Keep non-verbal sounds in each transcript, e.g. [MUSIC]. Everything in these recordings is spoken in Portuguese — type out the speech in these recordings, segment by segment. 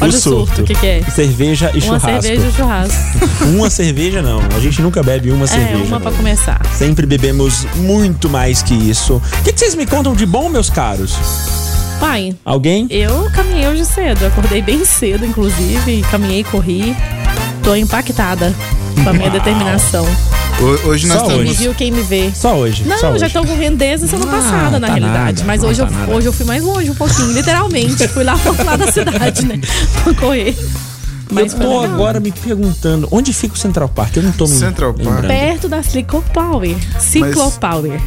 Olha o surto, o que, que é? Cerveja e Uma Um churrasco. cerveja e churrasco. Uma cerveja não. A gente nunca bebe uma É, cerveja. né? uma pra não. começar. Sempre bebemos muito mais que isso. O que, que vocês me contam de bom, meus caros? Pai, Alguém? eu caminhei hoje cedo. Acordei bem cedo, inclusive. Caminhei, corri. Tô impactada com a minha determinação. Ho- Hoje nós Só Quem me estamos. viu, quem me vê. Só hoje. Não, só eu já hoje. tô com rendeza semana Ah, passada, na tá realidade. nada, Mas não hoje, tá nada. eu, hoje eu fui mais longe um pouquinho, literalmente. fui lá pro outro lado da cidade, né? [LAUGHS] Pra correr. Mas eu foi tô legal. agora me perguntando onde fica o Central Park? Eu não tô me Central Park. lembrando. Perto da Ciclopower. Ciclopower.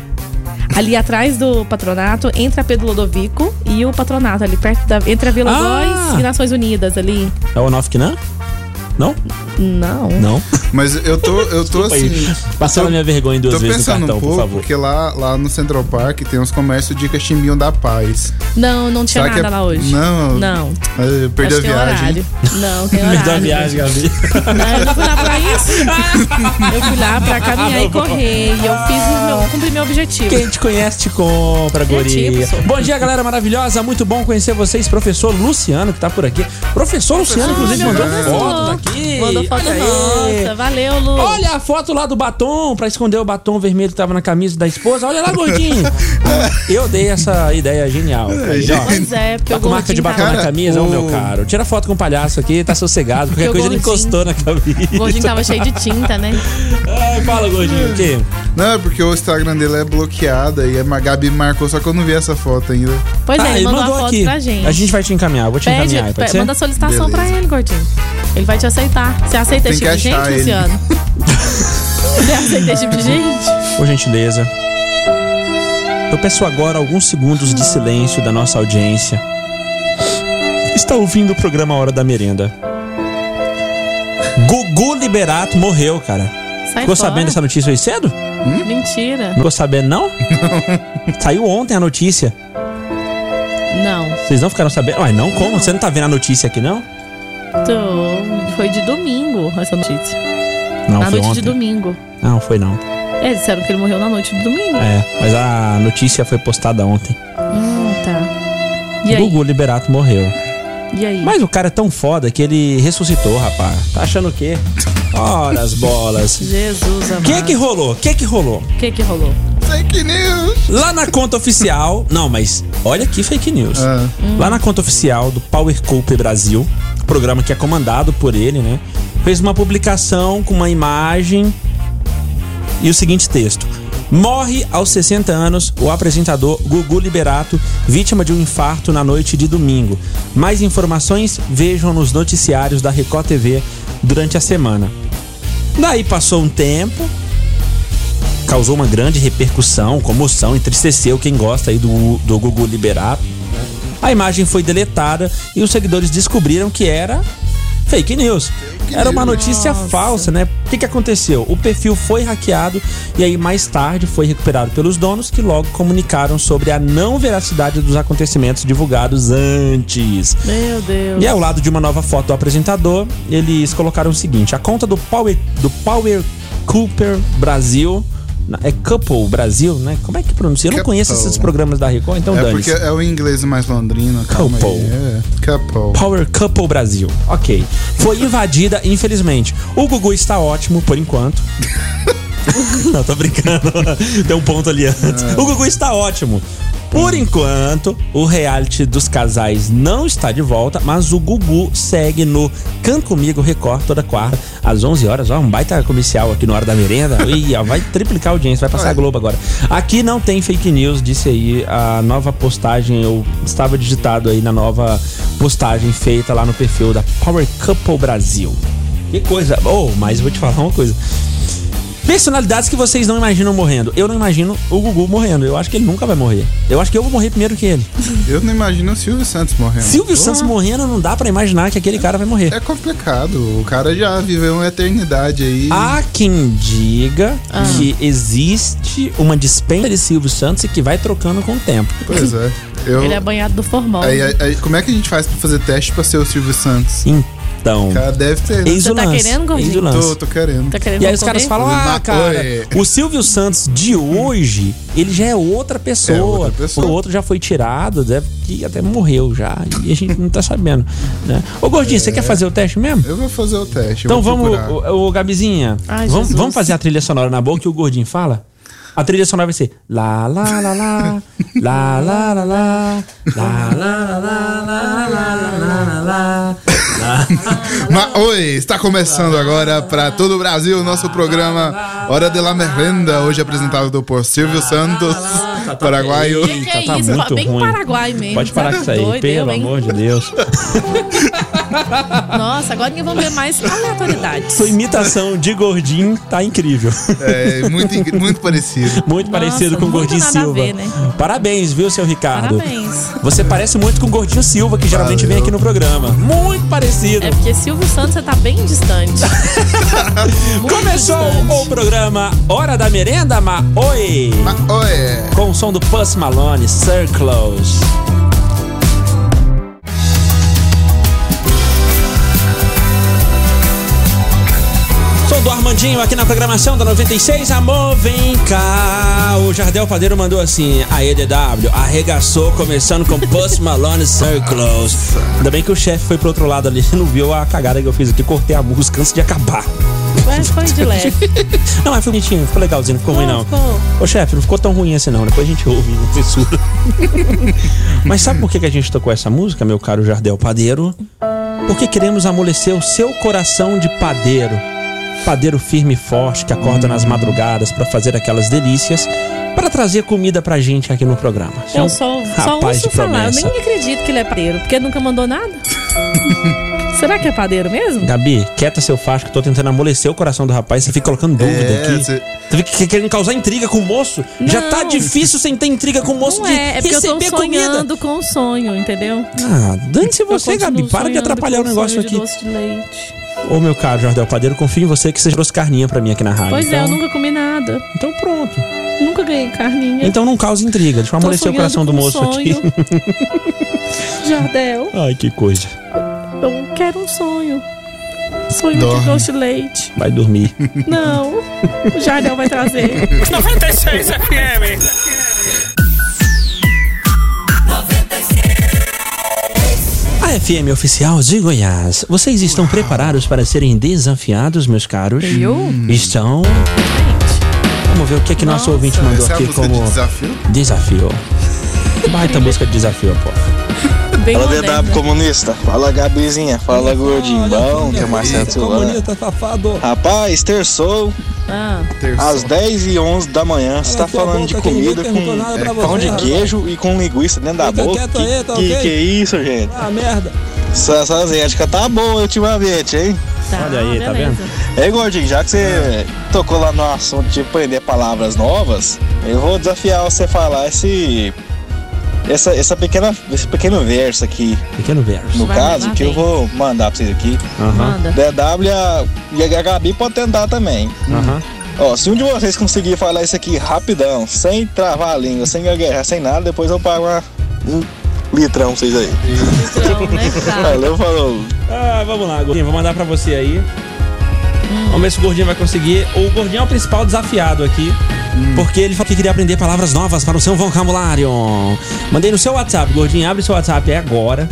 Ali atrás do patronato, entre a Pedro Lodovico e o patronato, ali perto da. Entre a Vila Ah! Góis e Nações Unidas ali. É o Onofknan? Não? Não. Não. Mas eu tô, eu tô Desculpa aí. Tipo assim. Passando tô- a minha vergonha duas Tô vezes no pensando cartão, um por pouco, favor. porque lá, lá no Central Park tem uns comércios de cachimbinho da paz. Não, não tinha Será que nada é- lá hoje. Não. Não. Ah, Eu perdi Acho a que tem um viagem. horário. [LAUGHS] Não, tem horário. Perdão a viagem, Gabi. Não, eu não fui lá [LAUGHS] pra isso. Eu fui lá pra caminhar e correr. E eu fiz o meu, cumpri meu objetivo. Quem te conhece te compra, guria. tipo, sou. Bom dia, galera maravilhosa. Muito bom conhecer vocês. Professor Luciano, que tá por aqui. Professor Luciano, inclusive, meu mandou professor. fotos aqui. Mandou foto Olha aí. nossa. Valeu, Lu. Olha a foto lá do batom, pra esconder o batom vermelho que tava na camisa da esposa. Olha lá, gordinho. Eu dei essa ideia genial. pra ele, ó. Pois é, porque Tá o com marca de gordinho batom tava, na Cara, camisa, ô meu o- caro. Tira foto com o palhaço aqui, tá sossegado. Qualquer o coisa ele gordinho- encostou na o gordinho camisa. tava cheio de tinta, né? Ai, fala, gordinho, o quê? Não, é porque o Instagram dele é bloqueado e a Gabi marcou, só que eu não vi essa foto ainda. Pois Tá, é, ele mandou, a foto pra gente. A gente vai te encaminhar, eu vou te Pede, encaminhar, pode pe- ser? manda a solicitação Beleza. pra ele, gordinho. Ele vai te aceitar. Você aceita Tem esse tipo que de gente, achar ele. [LAUGHS] Luciano? Você aceita esse tipo de gente? Por gentileza. Eu peço agora alguns segundos de silêncio da nossa audiência. Está ouvindo o programa Hora da Merenda. Gugu Liberato morreu, cara. Ficou Sai É fora. sabendo dessa notícia aí cedo? Mentira. Não ficou sabendo, não? Saiu ontem a notícia. Não. Vocês não ficaram sabendo? Ué, não? Como? Você não tá vendo a notícia aqui, não? Tô- Foi de domingo essa notícia. Não, na foi noite de ontem. domingo. Não, foi não. É, eles disseram que ele morreu na noite do domingo. É, mas a notícia foi postada ontem. Hum, tá. E aí? Gugu Liberato morreu. E aí? Mas o cara é tão foda que ele ressuscitou, rapaz. Tá achando o quê? Ora as bolas. Jesus amado. O que que rolou? O que que rolou? O que que rolou? Fake news! Lá na conta oficial... Não, mas olha aqui fake news. Ah. Lá na conta oficial do Power Coupe Brasil, programa que é comandado por ele, né? Fez uma publicação com uma imagem e o seguinte texto. Morre aos 60 anos o apresentador Gugu Liberato, vítima de um infarto na noite de domingo. Mais informações vejam nos noticiários da Record TV durante a semana. Daí passou um tempo, causou uma grande repercussão, comoção, entristeceu quem gosta aí do, do Gugu Liberato. A imagem foi deletada e os seguidores descobriram que era fake news. Era uma notícia falsa, né? O que, que aconteceu? O perfil foi hackeado e aí mais tarde foi recuperado pelos donos que logo comunicaram sobre a não veracidade dos acontecimentos divulgados antes. Meu Deus. E é ao lado de uma nova foto do apresentador, eles colocaram o seguinte: a conta do Power, do Power Cooper Brasil. na- É Couple Brasil, né? Como é que pronuncia? Eu não Couple. conheço esses programas da Record, então É dane porque é o inglês mais londrino, calma Couple. aí. É, couple. Power Couple Brasil. Ok. Foi invadida, infelizmente. O Gugu está ótimo, por enquanto. [LAUGHS] Não, tô brincando. Tem um ponto ali antes. O Gugu está ótimo. Por enquanto, o reality dos casais não está de volta, mas o Gugu segue no Canta Comigo Record toda quarta, às 11 horas. Ó, um baita comercial aqui no Hora da Merenda. Ih, ó, vai triplicar a audiência, vai passar a Globo agora. Aqui não tem fake news, disse aí a nova postagem. Eu estava digitado aí na nova postagem feita lá no perfil da Power Couple Brasil. Que coisa. Oh, mas eu vou te falar uma coisa. Personalidades que vocês não imaginam morrendo. Eu não imagino o Gugu morrendo. Eu acho que ele nunca vai morrer. Eu acho que eu vou morrer primeiro que ele. Eu não imagino o Silvio Santos morrendo. Silvio Porra, Santos morrendo, não dá pra imaginar que aquele cara vai morrer. É complicado. O cara já viveu uma eternidade aí. Há quem diga Ah. que existe uma dispensa de Silvio Santos e que vai trocando com o tempo. Pois é. Eu... Ele é banhado do formal. Aí, aí- aí, como é que a gente faz pra fazer teste pra ser o Silvio Santos? Em- cafetão. Cara, deve ter. né? Eis Você o tá Então, lance, querendo, gordinho? eis o lance. Tô, tô querendo. Tá querendo E aí os caras comer? falam, ah, Mas, cara, oi. o Silvio Santos de hoje, ele já é outra pessoa. É outra pessoa. O outro já foi tirado, deve que até morreu já. E a gente não tá sabendo. Né? Ô, Gordinho, você quer fazer o teste mesmo? Eu vou fazer o teste. eu Então vou vamos, procurar. ô, ô, Gabizinha, Ai, vamos, Jesus. vamos fazer a trilha sonora na boa que o Gordinho fala? A trilha sonora vai ser lá, lá, lá, lá, lá, lá, lá, lá, lá, lá, lá, lá, lá, lá, lá, lá, lá. Ma- Oi, está começando agora para todo o Brasil o nosso programa Hora de la Merenda, hoje apresentado por Silvio Santos, paraguaio. Que que Tá, é tá isso? muito Bem ruim. Paraguai mesmo. tá Pode parar com isso aí, Doido, eu, pelo hein? amor de Deus. Nossa, agora ninguém vai ver mais aleatoriedades. Sua imitação de gordinho tá incrível. É, muito, incri- muito parecido. Muito Nossa, parecido com o muito Gordinho nada a Silva. ver, né? Parabéns, viu, seu Ricardo? Parabéns. Você parece muito com o Gordinho Silva, que geralmente vem Valeu. aqui no programa. Muito parecido. É porque Silvio Santos você tá bem distante. [LAUGHS] Muito Começou distante. o programa Hora da Merenda, ma oi! Ma- Oi. é, Com o som do Puss Malone, Circles. Som do Armandinho aqui na programação da 96. Amor, vem cá. O Jardel Padeiro mandou assim: a EDW arregaçou, começando com Puss Malone Circles. Ainda bem que o chefe foi pro outro lado ali, [LAUGHS] não viu a cagada que eu fiz aqui, cortei a música antes de acabar. Mas foi de leve. Não, mas foi bonitinho, ficou legalzinho, não ficou ruim Não, não. ficou. Ô chefe, não ficou tão ruim assim não, depois a gente ouve no [LAUGHS] censura. mas sabe por que que a gente tocou essa música, meu caro Jardel Padeiro? Porque queremos amolecer o seu coração de padeiro. Padeiro firme e forte que acorda nas madrugadas pra fazer aquelas delícias, pra trazer comida pra gente aqui no programa. Você [LAUGHS] é um Eu só, só rapaz ouço de falar. Eu promessa. nem acredito que ele é padeiro, porque nunca [LAUGHS] mandou nada. Será que é padeiro mesmo? Gabi, quieta seu facho que eu tô tentando amolecer o coração do rapaz. Você fica colocando dúvida É, aqui. cê- Você fica querendo causar intriga com o moço. Já Não. tá difícil sem ter intriga com o moço Não de é, é porque eu tô receber comida. sonhando com o sonho, entendeu? Ah, dane-se Eu você, continuo Gabi. Para de sonhando atrapalhar com um o negócio sonho de aqui. doce de leite. Ô, meu caro Jardel Padeiro, confio em você que você trouxe carninha pra mim aqui na rádio. Pois é, então, eu nunca comi nada. então pronto. Nunca ganhei carninha. Então não cause intriga. Deixa eu Tô amolecer o sonhando coração do com um moço [LAUGHS] sonho. aqui. Jardel, Ai, que coisa. eu quero um sonho. Sonho Dorme. de doce de leite. Vai dormir. Não, o Jardel vai trazer. 96 FM. A FM oficial de Goiás. Vocês estão preparados para serem desafiados, meus caros? Hum. Eu? Estão. Vamos ver o que é que nosso Nossa. ouvinte mandou Essa é a aqui música como de desafio? desafio. Baita música de desafio, pô. Bem Fala moderno. DW comunista, fala Gabizinha, fala gordinho, bom, que é Marcelo Silvano. safado. Rapaz, terçou Ah, às Terçou. 10 e 11 da manhã, você tá falando de comida com É, pra pão de queijo e com linguiça dentro da Fica boca. quieto aí, tá Que, que, ok? que é isso, gente? Ah, merda. Essa, essa asiática tá boa ultimamente, hein? tá, Olha aí, tá beleza. Ei, gordinho, já que você tocou lá no assunto de aprender palavras novas, eu vou desafiar você a falar esse... Essa, essa pequena, esse pequeno verso aqui, Pequeno verso. no Vai, caso, lá que eu vem. vou mandar pra vocês aqui. Aham. Manda. DW e a Gabi pode tentar também. Aham. Ó, se um de vocês conseguir falar isso aqui rapidão, sem travar a língua, sem gaguejar, sem nada, depois eu pago uma- um litrão pra vocês aí. Então, né, cara? Valeu, falou. Ah, vamos lá, Gordinho. Vou mandar pra você aí. Vamos ver se o Gordinho vai conseguir. O Gordinho é o principal desafiado aqui. Hum. Porque ele falou que queria aprender palavras novas para o seu vocabulário. Mandei no seu WhatsApp, Gordinho. Abre seu WhatsApp aí agora.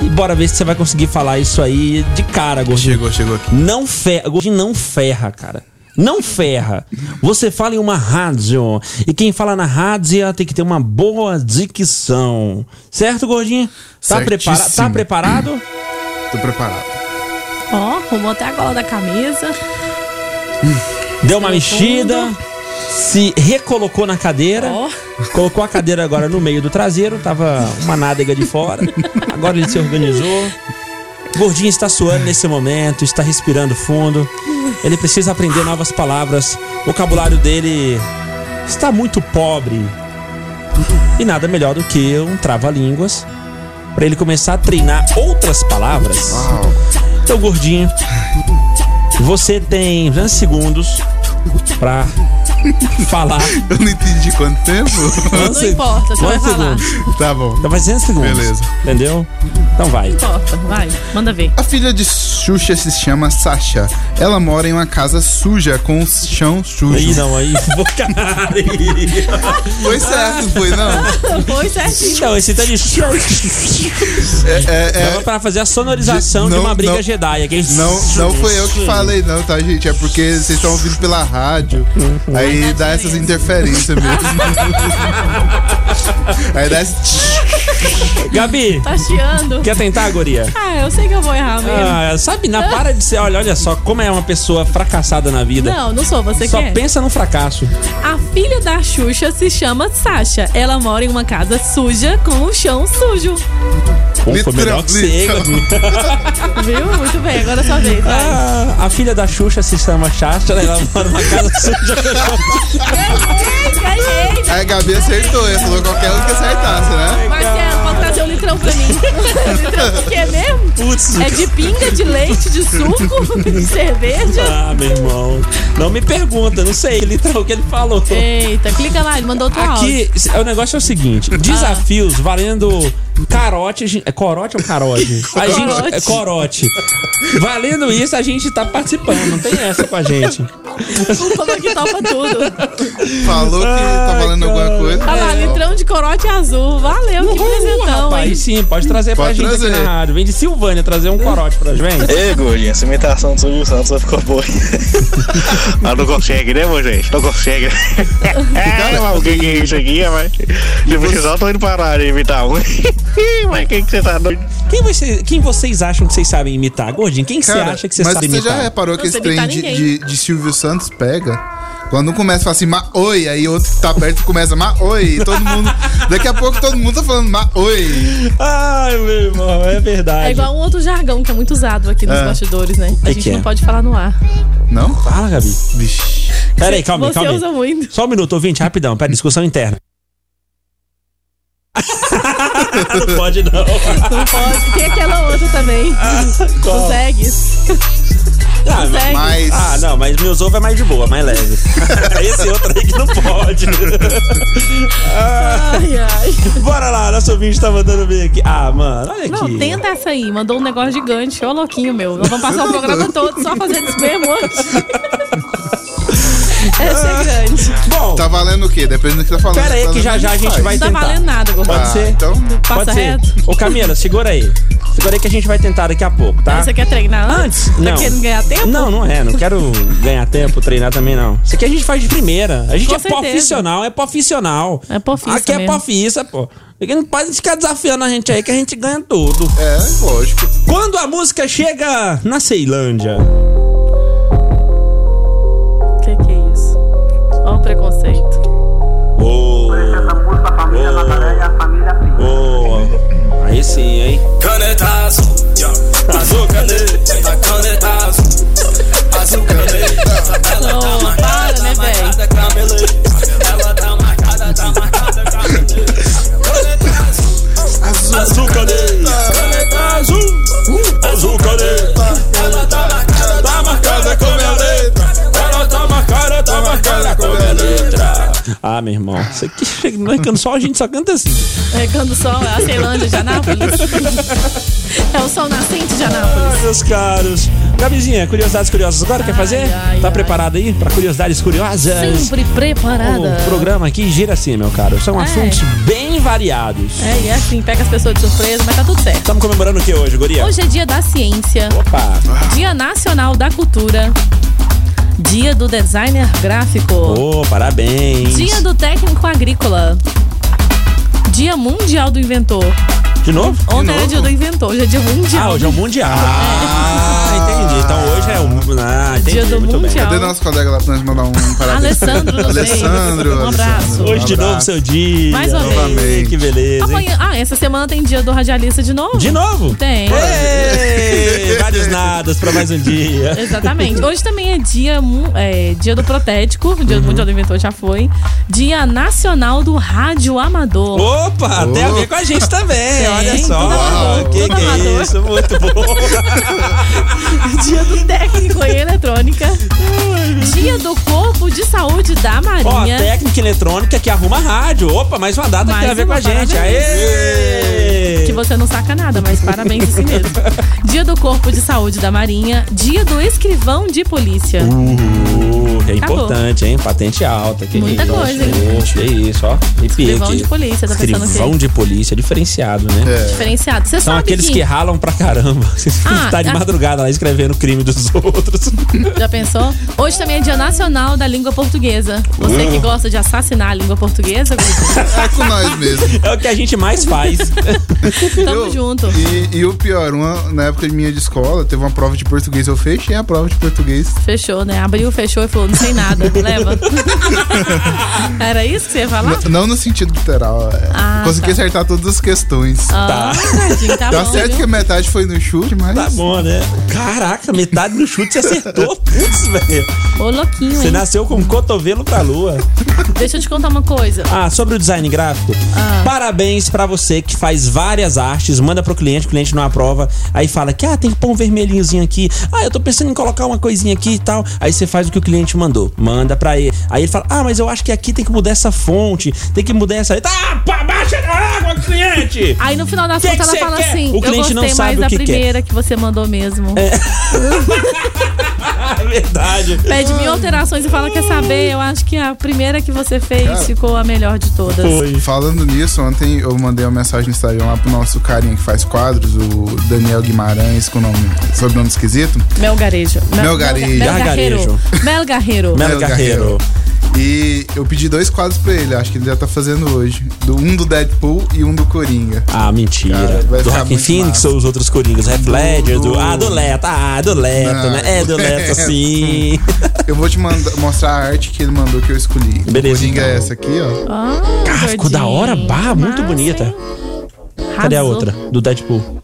E bora ver se você vai conseguir falar isso aí de cara, Gordinho. Chegou, chegou aqui. Não ferra. Gordinho não ferra, cara. Não ferra. Você fala em uma rádio. E quem fala na rádio tem que ter uma boa dicção. Certo, Gordinho? Tá, Certíssimo. prepara tá preparado? Tô preparado. [LAUGHS] Ó, arrumou até a gola da camisa. Deu uma mexida. Se recolocou na cadeira. Ó. Colocou a cadeira agora no meio do traseiro. Tava uma nádega de fora. Agora ele se organizou. Gordinho está suando nesse momento, está respirando fundo. Ele precisa aprender novas palavras. O vocabulário dele está muito pobre. E nada melhor do que um trava-línguas para ele começar a treinar outras palavras. Então, gordinho, você tem 20 segundos para falar. Eu não entendi quanto tempo. [LAUGHS] Não importa, você vai falar. segundos. tá bom. Então, faz 20 segundos. Beleza. Entendeu? Então vai. [LAUGHS] Não importa, vai, manda ver. A filha de Xuxa se chama Sasha. Ela mora em uma casa suja com um chão Aí sujo. não, aí. [LAUGHS] Vou canar aí. Foi certo, foi não. Foi certinho. Então, esse tá de. É, é, Dava pra fazer a sonorização De- de não, uma briga não. Jedi. Aquele... Não, não foi eu que falei, não, tá, gente? É porque vocês estão ouvindo pela rádio. Uhum. Aí dá essas interferências [LAUGHS] mesmo. Aí dá esse. Gabi, Tá chiando. quer tentar, Goria? Ah, eu sei que eu vou errar mesmo. Ah, sabe, na para de ser. Olha, olha só como é uma pessoa fracassada na vida. Não, não sou, você Só quer? pensa no fracasso. A filha da Xuxa se chama Sasha. Ela mora em uma casa suja com o chão [LAUGHS] sujo. Pô, foi Literal- melhor que você, literal. Gabi. Viu? Muito bem, agora é sua vez. vai. Ah, a filha da Xuxa se chama Chacha, ela mora numa casa [LAUGHS] suja. Ganhei, ganhei. Aí a Gabi acertou, ela falou qualquer um que acertasse, né? Marcelo, pode trazer um [LAUGHS] litrão pra mim. Um litrão do quê mesmo? Putz. É de pinga, de leite, [LAUGHS] de suco, de cerveja? Ah, meu irmão. Não me pergunta, não sei, literal, o que ele falou. É, Eita, clica lá, ele mandou outro áudio. Aqui, o negócio é o seguinte: desafios Ah. valendo carote. a gente- É corote ou [LAUGHS] carote? A gente, é corote. Valendo isso, a gente tá participando. Não tem essa com a gente. O povo que topa tudo. Falou que tá falando alguma coisa. Olha lá, litrão de corote azul. Valeu, que Uhul, presentão, hein? rapaz, sim, pode trazer pra Pode gente aqui trazer. na rádio. Vem de Silvânia trazer um corote pra gente. Ei, gordinha, essa imitação do Silvio Santos vai ficar boa. [LAUGHS] Mas não consegue, né, meu gente? Não consegue. [LAUGHS] É, mas o que que é isso aqui, mas... Depois eu tô indo parar de imitar um. mas quem que você tá doido? Quem, você- quem vocês acham que vocês sabem imitar? Gordinho, quem que você Cara, acha que você mas sabe você imitar? já é. reparou que Não esse sei imitar trem de, ninguém. de- de Silvio Santos pega? Quando um começa a falar assim, ma oi, aí outro tá perto e começa, ma oi, e todo mundo. Daqui a pouco todo mundo tá falando, ma oi. Ai, meu irmão, é verdade. É igual um outro jargão que é muito usado aqui nos É. bastidores, né? A Que gente que não é? pode falar no ar. Não? Fala, Gabi. Vixe. Peraí, calma, aí, Você calma. aí. usa muito. Só um minuto, ouvinte, rapidão. Pera, discussão interna. [LAUGHS] não pode, não. Não pode. Tem aquela outra também. Ah, Qual? Consegue? Ah, Consegue. Mas. ah, não, mas meus ovos é mais de boa, mais leve. [LAUGHS] Esse outro aí que não pode. Ai, ai. Bora lá, nosso ouvinte tá mandando bem aqui. Ah, mano, olha aqui. Não, tenta essa aí. Mandou um negócio gigante. Ô, louquinho meu. Nós vamos passar o programa todo só fazendo isso mesmo [LAUGHS] hoje. Essa é grande. Bom, Tá valendo o quê? Depende do que tá falando. Pera aí Tá que já valendo, já a gente faz. vai Não tá tentar. valendo nada, Pode Gordão. Ah, ser. Então, Passa Pode ser. reto. Ô, Camila, segura aí. Segura aí que a gente vai tentar daqui a pouco, tá? Você quer treinar antes? Não. Tá querendo ganhar tempo? Não, não é. Não quero ganhar tempo, treinar também, não. Isso aqui a gente faz de primeira. A gente Com é certeza. profissional, é profissional. É profissa Aqui é mesmo. profissa, pô. Aqui não pode ficar desafiando a gente aí que a gente ganha tudo. é, lógico. Quando a música chega na Ceilândia. O que, que é isso? Olha o preconceito. Ô, ô. Aí sim, hein? Canetaço, yeah. azul caneta, canetaço, azul caneta. Ela tá Não, para, né, velho? marcada, camelê. Ela tá marcada, tá marcada, camelê. Canetaço, azul caneta, caneta azul, azul caneta. Ela tá marcada, tá marcada com minha letra. Ela tá marcada, tá marcada com minha letra. Ah, meu irmão. Isso aqui chega. Não é canto só, a gente só canta assim. Regando o sol, é a Ceilândia de Anápolis. é o sol nascente de Ai, Anápolis. meus caros. Gabizinha, curiosidades curiosas agora, quer Ai, fazer? ai, tá ai. preparada aí pra curiosidades curiosas? Sempre preparada. O programa aqui gira assim, meu caro. São É. assuntos bem variados. É, e é assim, pega as pessoas de surpresa, mas tá tudo certo. Estamos comemorando o que hoje, guria? Hoje é dia da ciência, Opa! dia nacional da cultura, dia do designer gráfico, Ô, parabéns! dia do técnico agrícola, dia mundial do inventor. De novo? Ontem era dia do inventor, hoje é dia Ah, mundial. hoje é o Mundial. Ah, entendi. Então hoje é o... Ah, entendi. Dia do Muito bem. mundial. Cadê nosso colega lá pra nós [LAUGHS] mandar um parabéns? Alessandro, não sei. Alessandro, Um abraço. Alessandro, Hoje é de um novo abraço. seu dia. Mais uma Novamente. vez. Que beleza, hein? Amanhã, ah, essa semana tem dia do radialista de novo? De novo? Tem. Ei, vários nadas pra mais um dia. Exatamente. Hoje também é dia, mu- é, dia do protético, dia Uhum. do Mundial do Inventor já foi. Dia Nacional do Rádio Amador. Opa, tem a ver com a gente também, Tem, olha só. tudo amador, Uau, que tudo que é amador. isso? Muito bom. Dia do técnico em eletrônica. Dia do corpo de saúde da Ó, Marinha. técnica eletrônica que arruma rádio. Opa, mais uma data que Mais tem a ver com uma, a gente. parabéns. Aê! que você não saca nada, mas parabéns a si mesmo. Dia do Corpo de Saúde da Marinha, dia do Escrivão de Polícia. Uh, que é Acabou. importante, hein? Patente alta. Que Muita isso, coisa, hein? Poxa, Que isso, ó. Arrepiei Escrivão aqui. de polícia, tá pensando o Escrivão quê? de polícia, é diferenciado, né? É. Diferenciado. Você São sabe aqueles que... ralam pra caramba. [LAUGHS] Você Ah, tá de a- madrugada lá escrevendo o crime dos outros. [LAUGHS] Já pensou? Hoje também é Dia Nacional da Língua Portuguesa. Você que gosta de assassinar a língua [LAUGHS] portuguesa, Gordinho, É com nós mesmo. É o que a gente mais [LAUGHS] faz. tamo Eu- junto. E, e o pior, uma, na época minha de escola, teve uma prova de português. Eu fechei a prova de português. Fechou, né? Abriu, fechou e falou: não sei nada, leva. Era isso que você ia falar? N- Não tá. no sentido literal. é. Ah, Consegui tá. acertar todas as questões. Tá, Ah, Gordinho, tá, bom. certo que viu? a metade foi no chute, mas. Tá bom, né? Caraca, metade do chute você acertou. Putz, velho. Ô, louquinho, Você hein? nasceu com o cotovelo pra lua. Deixa eu te contar uma coisa. Ah, sobre o design gráfico. Ah. Parabéns pra você que faz várias artes, manda pro cliente, o cliente não aprova, aí fala que ah, tem que pôr um vermelhinhozinho aqui. Ah, eu tô pensando em colocar uma coisinha aqui e tal. Aí você faz o que o cliente mandou, manda pra ele. Aí ele fala: "Ah, mas eu acho que aqui tem que mudar essa fonte, tem que mudar essa letra". Ah, pá, baixa da água, cliente. [LAUGHS] Aí no final das Que que contas cê ela fala quer? assim: O eu cliente gostei não sabe mais o da que quer." primeira que você mandou mesmo. É verdade. Pede mil alterações e fala: quer saber? Eu acho que a primeira que você fez Cara. ficou a melhor de todas. Falando nisso, ontem eu mandei uma mensagem no Instagram lá pro nosso carinha que faz quadros, o Daniel Guimarães, com nome, sobrenome esquisito. Mel Garejo. Mel Garejo. Mel Garreiro. Mel Garreiro. Melo Melo Carreiro. Carreiro. E eu pedi dois quadros pra ele, acho que ele já tá fazendo hoje. Do- Um do Deadpool e um do Coringa. Ah, mentira. Cara, vai do ficar Hacking muito Phoenix massa. ou os outros Coringas? Red Ledger, do. do- Ah, do Leto. Ah, do Leto, Não, né? É do do Leto, [LAUGHS] Leto. sim. Eu vou te manda- mostrar a arte que ele mandou que eu escolhi. Beleza, O Coringa então. é essa aqui, ó. Ah, Cara, ficou gordinho. da hora, bah, muito Massa, bonita. hein? Cadê a Arrasou. outra? Do Deadpool.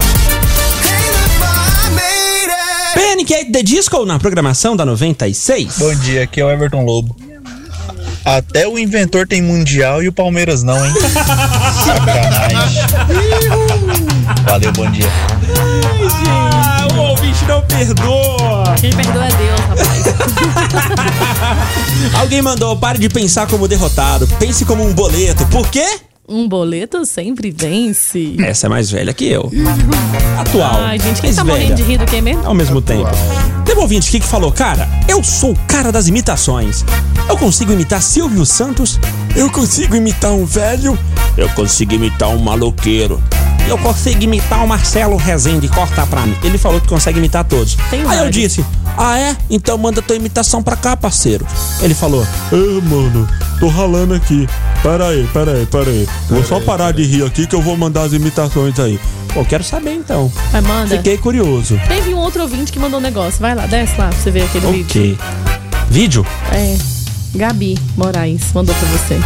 Panic! at The é Disco na programação da 96. Bom dia, aqui é o Everton Lobo. Até o inventor tem mundial e o Palmeiras não, hein? Sacanagem. Valeu, bom dia. Ah, o ouvinte não perdoa! Quem perdoa é Deus, rapaz. Alguém mandou, pare de pensar como derrotado, pense como um boleto. Por quê? Um boleto sempre vence. Essa é mais velha que eu. Atual. Ai, gente, quem mais tá velha. morrendo de rir do que mesmo? ao mesmo tempo. Teve um ouvinte aqui que falou, cara, eu sou o cara das imitações. Eu consigo imitar Silvio Santos, eu consigo imitar um velho, eu consigo imitar um maloqueiro. Eu consigo imitar o Marcelo Rezende, corta pra mim. Ele falou que consegue imitar todos. Tem Aí eu vários. disse, ah é? Então manda tua imitação pra cá, parceiro. Ele falou, ah, mano, tô ralando aqui. Pera aí, pera aí, pera aí. Vou só parar de rir aqui que eu vou mandar as imitações aí. Pô, quero saber então. Vai, manda. Fiquei curioso. Teve um outro ouvinte que mandou um negócio. Vai lá, desce lá pra você ver aquele vídeo. Ok. Vídeo? É. Gabi Moraes mandou pra você.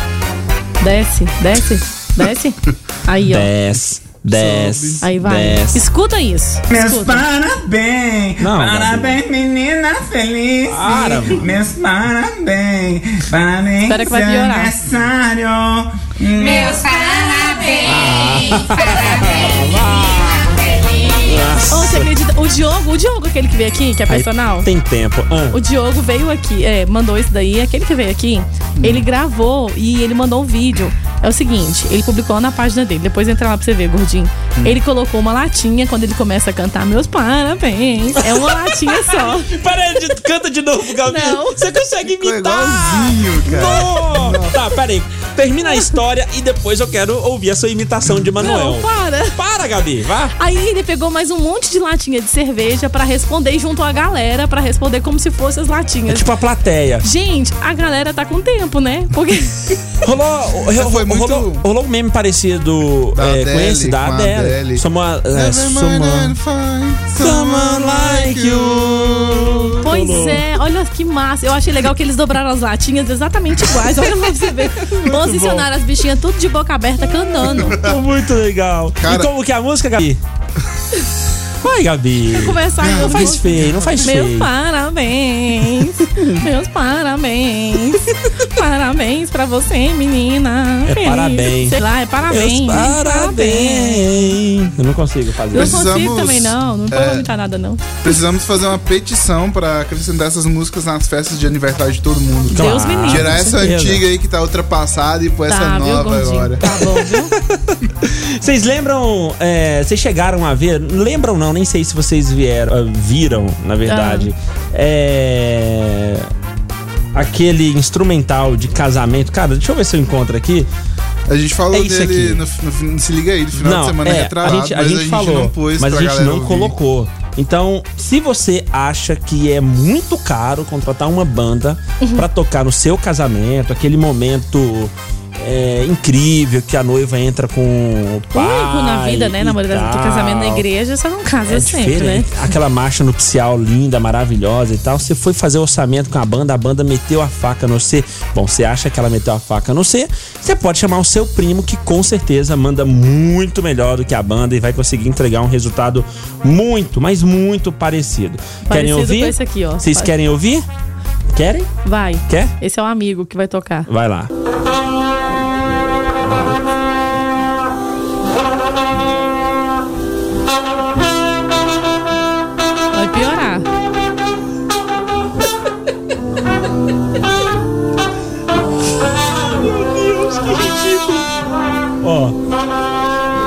Desce, desce, desce. Aí, ó. 10. 10. Aí vai. Escuta isso. Meus Escuta. parabéns, Não, Gabi. parabéns menina feliz. Para, mano. Meus parabéns, parabéns. Espera que vai seu piorar. aniversário. Ô, você acredita? O Diogo, o Diogo, aquele que veio aqui, que é personal. Tem tempo. Ah, O Diogo veio aqui, é, mandou isso daí. Aquele que veio aqui, ele gravou e ele mandou um vídeo. É o seguinte, ele publicou na página dele. Depois entra lá pra você ver, gordinho. Ele colocou uma latinha quando ele começa a cantar Meus parabéns. É uma latinha só. Para de. Canta de novo, Gabi. Não. Você consegue Ficou imitar. igualzinho, cara. Não. Tá, peraí. Termina a história e depois eu quero ouvir a sua imitação de Manuel. [LAUGHS] Não, é um. para. Para, Gabi, vá. Aí ele pegou mais um monte de latinha de cerveja pra responder e juntou a galera pra responder como se fossem as É latinhas. tipo a plateia. Gente, a galera tá com tempo, né? [LAUGHS] Porque Rolou, rolou, foi muito- rolou, rolou um meme parecido Da é, com Adele, esse da com a Adele. Adele. Someone, é, Never mind, I'll someone, find someone like you. Pois é, olha que massa. Eu achei legal que eles dobraram as latinhas exatamente iguais. Olha lá pra você [LAUGHS] ver. Posicionaram as bichinhas [LAUGHS] tudo de boca aberta cantando. Muito legal. Cara- E como que é a música, Gabi? Vai, Gabi. Começar Não eu faz vou- feio, não faz um Meus feio. parabéns. Meus parabéns. parabéns pra você, menina. É Feliz. parabéns. Sei lá, é parabéns. Meus parabéns. Eu não consigo fazer. Não isso. consigo Precisamos- é, também, não. Não vou vomitar nada, não. Precisamos fazer uma petição pra acrescentar essas músicas nas festas de aniversário de todo mundo. Claro. Deus me livre. Gerar Ah, com essa certeza. antiga aí que tá ultrapassada e pôr essa Tá, viu, nova gordinho? agora. Tá bom, [LAUGHS] viu? Vocês lembram, é, vocês chegaram a ver, lembram não, nem sei se vocês vieram, ah, viram, na verdade, é, aquele instrumental de casamento. Cara, deixa eu ver se eu encontro aqui. A gente falou É isso dele aqui. no, no- no- se liga aí, no final não, de semana é, a retrasado, gente, a mas gente falou, não pôs mas pra a gente galera não ouvir. colocou. Então, se você acha que é muito caro contratar uma banda Uhum. pra tocar no seu casamento, aquele momento é, incrível que a noiva entra com o pai Único na vida, né? e Na maioria do tal. casamento na igreja, você não casa É sempre, né? diferente. Aquela marcha nupcial linda, maravilhosa e tal. Você foi fazer orçamento com a banda, a banda meteu a faca no C. Bom, você acha que ela meteu a faca no C? Você pode chamar o seu primo, que com certeza manda muito melhor do que a banda e vai conseguir entregar um resultado muito, mas muito parecido. querem Parecido ouvir? com esse aqui, ó. Vocês Vai. querem ouvir? Querem? Vai. Quer? Esse é o amigo que vai tocar. Vai lá. Vai piorar. Ó.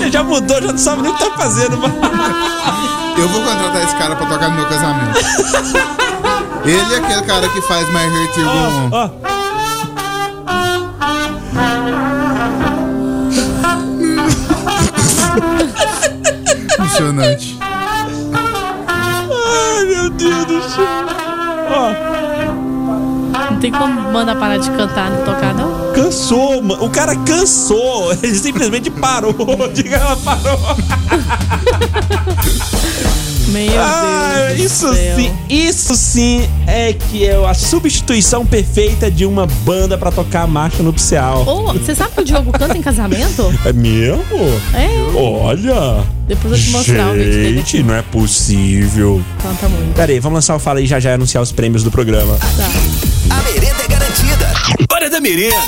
Ele já mudou, já não sabe nem o que tá fazendo, mano. Eu vou contratar esse cara pra tocar no meu casamento. Ele é aquele cara que faz My Hurt You Go On. Ó. Impressionante. Ai, meu Deus do céu. Ó, Não tem como mandar parar de cantar, não tocar, não. cansou, mano. O cara cansou. [LAUGHS] Ele simplesmente parou. [LAUGHS] Diga, ela parou. Meu Deus. Ah, do isso céu. sim, isso sim é que é a substituição perfeita de uma banda pra tocar a marcha nupcial. Ou, você sabe que o Diogo canta em casamento? É mesmo? É. Olha. Depois eu te mostrar o vídeo dele. Gente, não é possível. Canta muito. Pera aí, vamos lançar o Fala aí já já e anunciar os prêmios do programa. A merenda é garantida. Hora da merenda.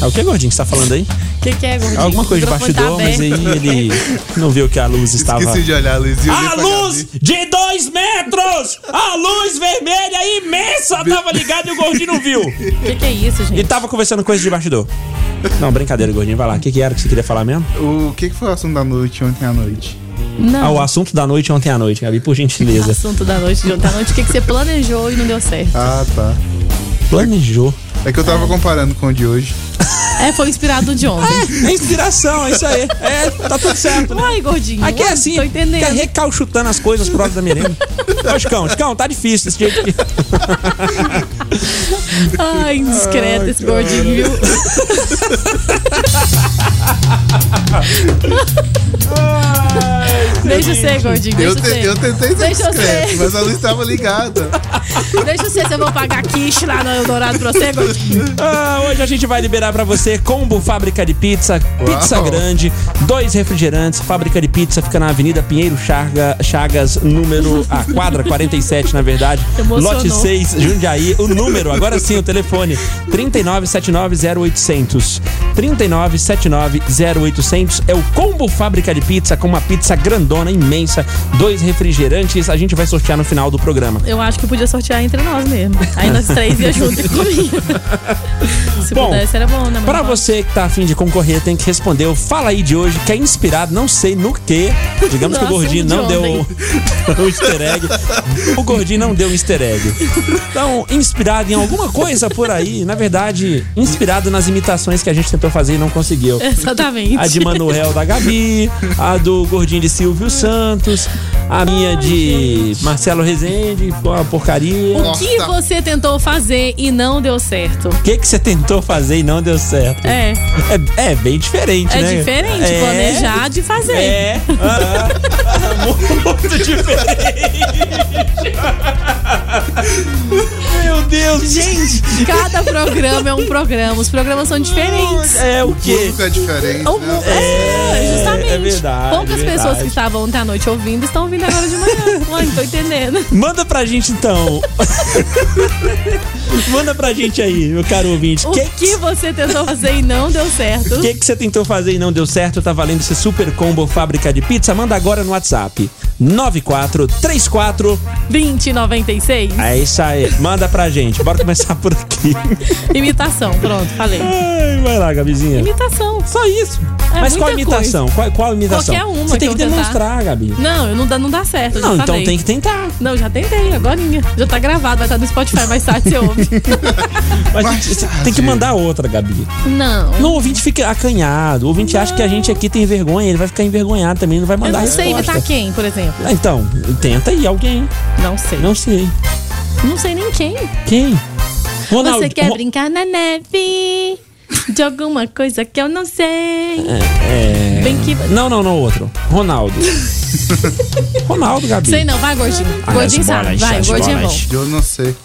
É o que, gordinho, que você tá falando aí? O que, que é, gordinho? Alguma coisa O de microfone bastidor, tá mas aí aberto. ele não viu que a luz estava... Esqueci de olhar, Luiz. e eu olhei A pra luz de dois metros! A luz vermelha imensa tava ligada e o gordinho não viu. O que, que é isso, gente? E tá tava conversando coisa de bastidor. Não, brincadeira, gordinho, vai lá. O que, que era que você queria falar mesmo? Gabi. O que, que foi o assunto da noite ontem à noite? Ah, Não. o assunto da noite ontem à noite, Gabi, por [LAUGHS] gentileza. Assunto da noite, de ontem à noite. O que, que você planejou e não deu certo? Ah, tá. Planejou. É que eu tava comparando com o de hoje. É, foi inspirado do de ontem. É inspiração, é isso aí. É, tá tudo certo. Uai, gordinho. Aqui é uai, assim, Tô fica entendendo. recalchutando as coisas pro lado da merenda. Ô, Chicão, Chicão, tá difícil desse jeito. aqui. Ai, indiscreto esse gordinho, viu? Deixa você, gordinho. Deixa Eu, te- você. eu tentei ser Deixa eu discreto, ser. mas a luz tava ligada. Deixa você, se eu vou pagar quiche lá no Eldorado pra você, gordinho. Ah, hoje a gente vai liberar pra você combo fábrica de pizza, pizza Uau. grande, dois refrigerantes. Fábrica de pizza fica na Avenida Pinheiro Chaga- Chagas, número a quadra 47, na verdade. Emocionou. Lote 6, Jundiaí. O número, agora sim, o telefone: 39790800. 39790800 é o combo fábrica de pizza com uma pizza grandona, imensa, dois refrigerantes. A gente vai sortear no final do programa. Eu acho que podia sortear entre nós mesmo. Aí nós três ia junto e comia. Se Bom, pudesse, era bom, né? mas Pra não. você que tá afim de concorrer, tem que responder o Fala aí de hoje, que é inspirado, não sei no que. Digamos que o Nossa, é Gordinho de não deu [LAUGHS] ontem. um easter egg. O Gordinho não deu um easter egg. Então, inspirado em alguma coisa por aí, na verdade, inspirado nas imitações que a gente tentou fazer e não conseguiu. Exatamente. A de Manuel da Gabi, a do Gordinho de Silvio Santos, a minha de Marcelo Rezende, ficou uma porcaria. O que Nossa. você tentou fazer e não deu certo? O que, que você tentou fazer e não deu certo? É, É, é bem diferente, é né? diferente planejar de fazer. É. aham. [LAUGHS] muito diferente. Meu Deus. Gente, cada programa é um programa. Os programas são diferentes. É o O quê? público é diferente, O mu- né? É, justamente. é verdade, Poucas verdade. pessoas que estavam ontem à noite ouvindo estão ouvindo agora [LAUGHS] de manhã. Ué, não tô entendendo. Manda pra gente então. Manda pra gente aí, meu caro ouvinte. O Que- que, você tentou fazer e não deu certo? O que, que você tentou fazer e não deu certo? Tá valendo esse super combo fábrica de pizza? Manda agora no WhatsApp. 9434. 2096? É isso aí. Manda pra gente. Bora começar por aqui. Imitação, pronto, falei. Ai, vai lá, Gabizinha. Imitação. Só isso. É Mas qual a muita imitação? Qual, qual a imitação? Qualquer uma Você tem que que, eu tentar. demonstrar, Gabi. Não, eu não dá, não dá certo. eu já Não, então falei. tem que tentar. Não, já tentei, agora. Já tá gravado, vai estar no Spotify mais tarde, você ouve. [LAUGHS] Mas você tem que mandar outra, Gabi. Não. Não, o ouvinte fica acanhado. O ouvinte acha que a gente aqui tem vergonha. Ele vai ficar envergonhado também. Não vai Eu mandar não sei tá resposta. imitar quem, por exemplo. Ah, Então, tenta aí alguém. Não sei. Não, Não sei. sei nem quem. Quem? Ronaldo. Você quer Ro- brincar na neve? De alguma coisa que eu não sei. É. Bem que. Não, não, não, outro. [LAUGHS] Ronaldo. Ronaldo, Gabi. Sei não, vai, gordinho. gordinho as sabe. bolas, Vai, as gordinho é bom. bolas. Eu não sei.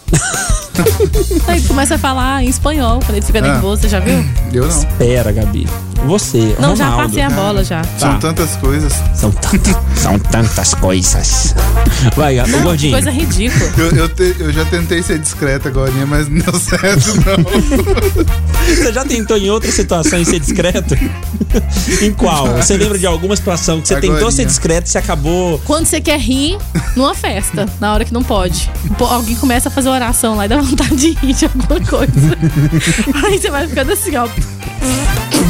Aí começa a falar em espanhol. Falei, você fica Ah. nervoso, você [LAUGHS] já viu? Eu não. Pera, Gabi. Você, Não, Ronaldo. já passei a bola já. São tantas coisas. São, tant- são tantas coisas. Vai, Gabi. Ô, gordinho. Coisa ridícula. Eu, eu, te- eu já tentei ser discreto agora, mas não [LAUGHS] deu certo, não. Você já tentou em outras situações ser [LAUGHS] discreto? em qual? Você lembra de alguma situação que você tentou Agorinha. ser discreto e você acabou. Quando você quer rir numa festa, na hora que não pode. Pô, alguém começa a fazer oração lá e dá vontade de rir de alguma coisa. [LAUGHS] Aí você vai ficando assim, ó.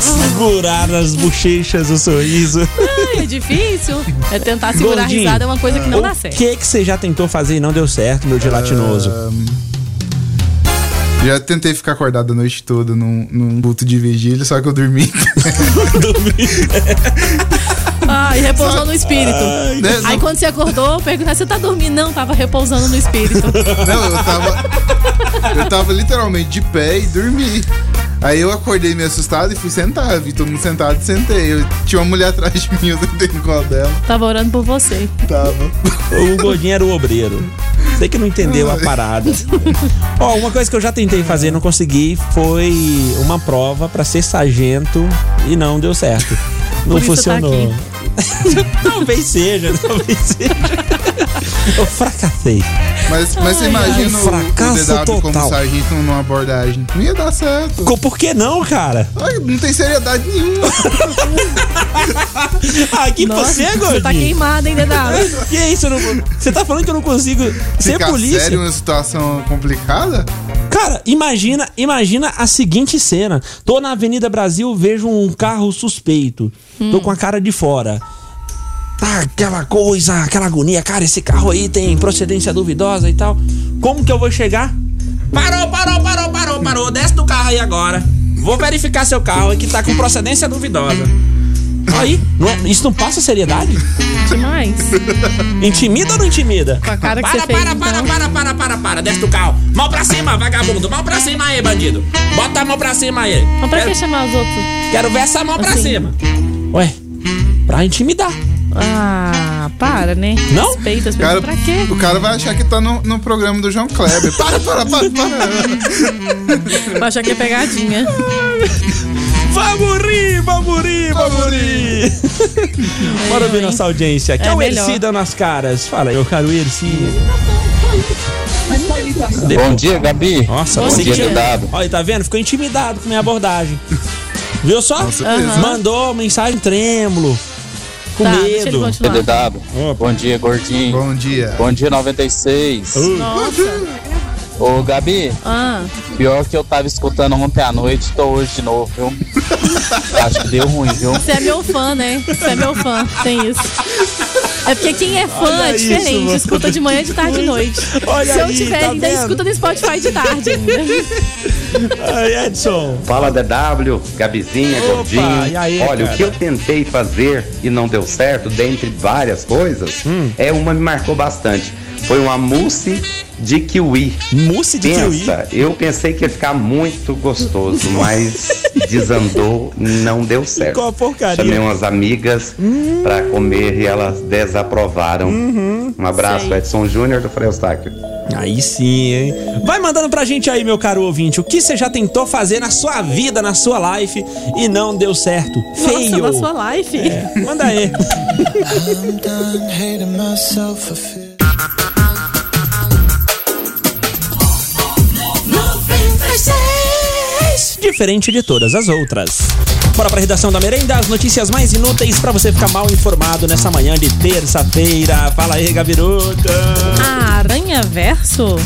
Segurar nas bochechas o sorriso. Ai, é difícil. É tentar segurar Gordinho, a risada é uma coisa que não dá O certo. que, que você já tentou fazer e não deu certo, meu gelatinoso? [LAUGHS] Já tentei ficar acordado a noite toda num, num culto de vigília, só que eu dormi. [LAUGHS] né? Ai, Ah, repousou no espírito. Ah, Né? é, Aí quando você acordou, eu perguntei, você tá dormindo? Não, tava repousando no espírito. Não, eu tava. Eu tava literalmente de pé e dormi. Aí eu acordei meio assustado e fui sentar. Vi todo mundo sentado e sentei. Eu, tinha uma mulher [LAUGHS] atrás de mim, eu sentei no colo dela. Tava orando por você. Tava. O gordinho era o obreiro. Você que não entendeu a parada. Ó, uma coisa que eu já tentei fazer e não consegui foi uma prova pra ser sargento e não deu certo. Não Por isso tá funcionou. [LAUGHS] talvez seja, talvez seja. Eu fracassei. Mas, mas você Ai, imagina ai. o, o Fracasso DW total. como sargento numa abordagem. Não ia dar certo. Co- Por que não, cara? Ai, não tem seriedade nenhuma. [LAUGHS] Aqui Nossa, você, você gordinho. tá queimado, hein, [LAUGHS] Dedado? Que isso? eu não- Você tá falando que eu não consigo ser Ficar é polícia? sério uma situação complicada? Cara, imagina, imagina a seguinte cena. Tô na Avenida Brasil, vejo um carro suspeito. Tô com a cara de fora. Tá, aquela coisa, aquela agonia, cara, esse carro aí tem procedência duvidosa e tal. Como que eu vou chegar? Parou, parou, parou, parou, parou. Desce do carro aí agora. Vou verificar seu carro que tá com procedência duvidosa. Aí, não é- isso não passa seriedade? Demais. Intimida ou não intimida? Com a cara que Para, você fez. para, para, então. para, para, para, para, desce do carro. Mão pra cima, vagabundo. Mão pra cima aí, bandido. Bota a mão pra cima aí. Mas pra que Quero, chamar os outros? quero ver essa mão pra Assim. cima. Ué, pra intimidar. Ah, para, né? Não? Respeita as O cara, pessoas. Pra quê? [LAUGHS] o cara vai achar que tá no, no programa do João Kleber. Para, para, para, [LAUGHS] para. Vai achar que é pegadinha. [LAUGHS] Vamos rir, vamos rir, vamos rir. [LAUGHS] Bora ouvir nossa audiência. Aqui é, É o melhor. Erci dando as caras. Fala, eu quero o Erci. Bom dia, Gabi. Nossa, Bom consegui. dia. Dado. Olha, tá vendo? Ficou intimidado com minha abordagem. Viu só? certeza. Mandou mensagem trêmulo. Com Tá, deixa ele medo. continuar. DW. Bom dia, gordinho. Bom dia. Bom dia, 96. Nossa. Ô, Gabi, Ah, pior que eu tava escutando ontem à noite, tô hoje de [LAUGHS] novo, viu? Acho que deu ruim, viu? você é meu fã, né? Você é meu fã, tem isso. É porque quem é fã Olha é isso, diferente. mano. escuta de manhã, de tarde e de noite. Olha Se eu aí, tiver, tá ainda vendo? [LAUGHS] escuta no Spotify de tarde ainda. Ai, Edson. Fala DW, Gabizinha, Opa, Gordinho. e aí, Olha, cara? o que eu tentei fazer e não deu certo, dentre várias coisas, Hum. é uma me marcou bastante. Foi uma mousse de kiwi. Mousse de Pensa, Eu pensei que ia ficar muito gostoso, mas desandou, não deu certo. Ficou uma porcaria. Hum. Chamei umas amigas pra comer e elas desaprovaram. Uhum. Um abraço, Sei. Edson Júnior do Freustáquio. Aí sim, hein? Vai mandando pra gente aí, meu caro ouvinte, o que você já tentou fazer na sua vida, na sua life e não deu certo. Feio. Nossa, na sua live. É, manda aí. Diferente de todas as outras. Bora pra redação da merenda, as notícias mais inúteis pra você ficar mal informado nessa manhã de terça-feira. Fala aí, Gabiruta. A Aranha Verso.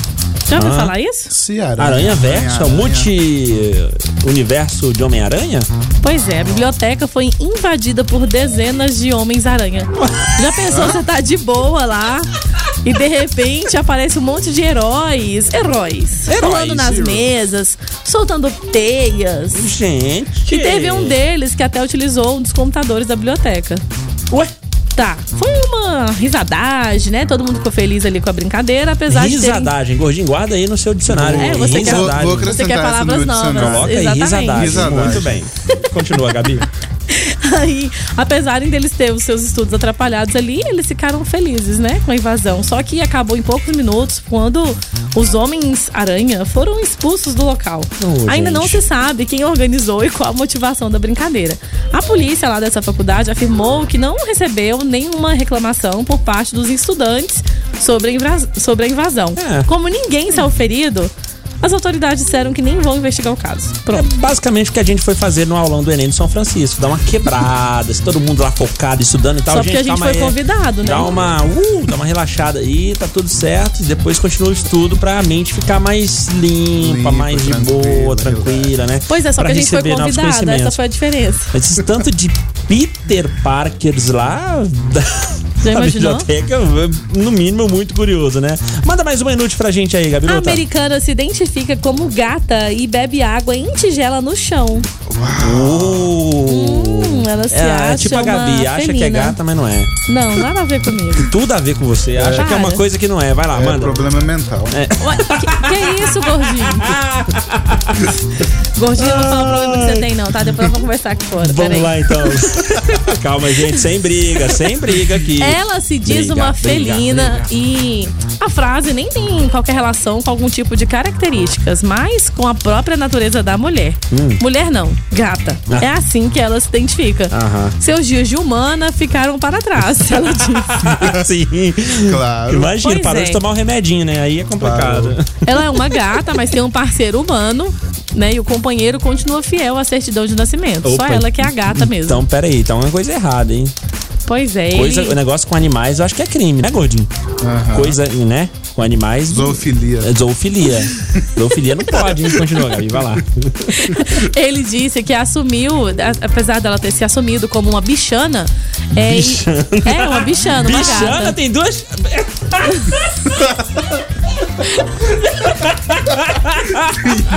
Já ouviu Ah. falar isso? Se aranha. Aranha Verso, é o aranha. multi-universo de Homem-Aranha? Pois é, a biblioteca foi invadida por dezenas de homens-aranha. Já pensou, você tá de boa lá e de repente aparece um monte de heróis. Heróis. Heróis, Pulando nas heróis. mesas, soltando teias. Gente. E teve um deles que até utilizou um dos computadores da biblioteca. Ué? Tá, foi uma risadagem, né? Todo mundo ficou feliz ali com a brincadeira, apesar Risadagem. Gordinho, guarda aí no seu dicionário. um- É, você quer- Vou, risadagem. vou de terem. Você acrescentar quer essa no meu palavras novas. dicionário. Coloca aí, Exatamente. risadagem. Risadagem. Muito bem. Continua, Gabi. Aí, apesar deles ter os seus estudos atrapalhados ali, eles ficaram felizes, né, com a invasão. Só que acabou em poucos minutos quando os homens-aranha foram expulsos do local. Ô, Ainda não gente. se sabe quem organizou e qual a motivação da brincadeira. A polícia lá dessa faculdade afirmou que não recebeu nenhuma reclamação por parte dos estudantes sobre a, invas- sobre a invasão. É. Como ninguém saiu ferido, as autoridades disseram que nem vão investigar o caso. É basicamente o que a gente foi fazer no aulão do Enem de São Francisco. Dar uma quebrada, se todo mundo lá focado, estudando e tal. Só porque a gente Tá, calma foi aí. convidado, né? Dá uma, uh, dá uma relaxada aí, tá tudo certo. E depois continua o estudo pra mente ficar mais limpa, Limpa, mais de boa, tranquila, tranquila, né? Pois é, só Pra que a gente foi receber novos convidado, essa conhecimentos. foi a diferença. Mas esse tanto de Peter Parkers lá. Da... Já [LAUGHS] da imaginou? biblioteca, no mínimo, muito curioso, né? Manda mais uma inútil pra gente aí, A Gabiruta. americana se identifica como gata e bebe água em tigela no chão. Oh. Hum, ela se É, acha é tipo a Gabi, uma acha que é felina. gata, mas não é. Não, nada a ver [LAUGHS] comigo. Tudo a ver com você. Acha que é uma Para. coisa que não é. Vai lá, É, manda. problema mental. Ué, que, que é [LAUGHS] isso, gordinho? gordinho, eu não fala o problema que você tem, não, tá? Depois vamos conversar aqui fora. Vamos peraí. lá então. [LAUGHS] Calma, gente, sem briga, sem briga aqui. Ela se diz Briga, uma briga, felina briga. e a frase nem tem qualquer relação com algum tipo de características, mas com a própria natureza da mulher. Mulher não, gata. Hum. Ah. É assim que ela se identifica. Aham. Seus dias de humana ficaram para trás, [LAUGHS] ela diz. [LAUGHS] Sim. Claro. É. Imagina, Pois parou é. de tomar o remedinho, né? Aí é complicado. Ela é uma gata, mas tem um parceiro humano, né? E o companheiro continua fiel à certidão de nascimento. Só Opa. ela que é a gata mesmo. Então, peraí, então é uma coisa errada, hein? pois é. Coisa, ele- o negócio com animais, eu acho que é crime, né, gordinho? Aham. Coisa, né? Com animais. [LAUGHS] Zoofilia. É Zoofilia. Zoofilia não pode, hein? Continua, Gabi, vai lá. Ele disse que assumiu, a- apesar dela ter se assumido como uma bichana. É, bichana. é uma bichana, uma Bichana gata. tem duas.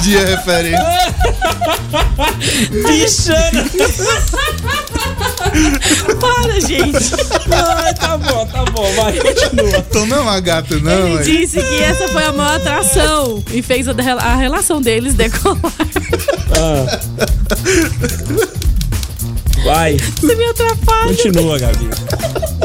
Dia referente. Bichana! Para, gente. Ai, tá bom, tá bom, vai, continua. Então não é uma gata, não. Ele é. disse que essa foi a maior atração e fez a, de- a relação deles decolar. [LAUGHS] Vai, Você me atrapalha. continua, Gabi.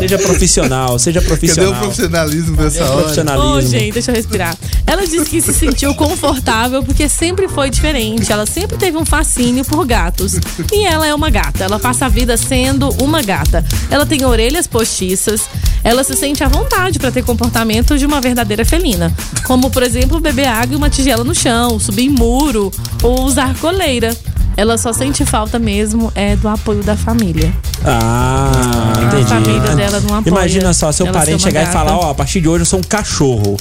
Seja profissional, seja Cadê o profissional. é profissionalismo dessa hora? Profissionalismo. Ô, gente, deixa eu respirar. Ela disse que se sentiu confortável porque sempre foi diferente. Ela sempre teve um fascínio por gatos. E ela é uma gata. Ela passa a vida sendo uma gata. Ela tem orelhas postiças. Ela se sente à vontade para ter comportamento de uma verdadeira felina. Como, por exemplo, beber água e uma tigela no chão, subir em muro ou usar coleira. Ela só sente falta mesmo é do apoio da família. Ah, entendi. família dela não apoia Imagina só, seu ela ser parente uma chegar e gata. falar, ó, a partir de hoje eu sou um cachorro,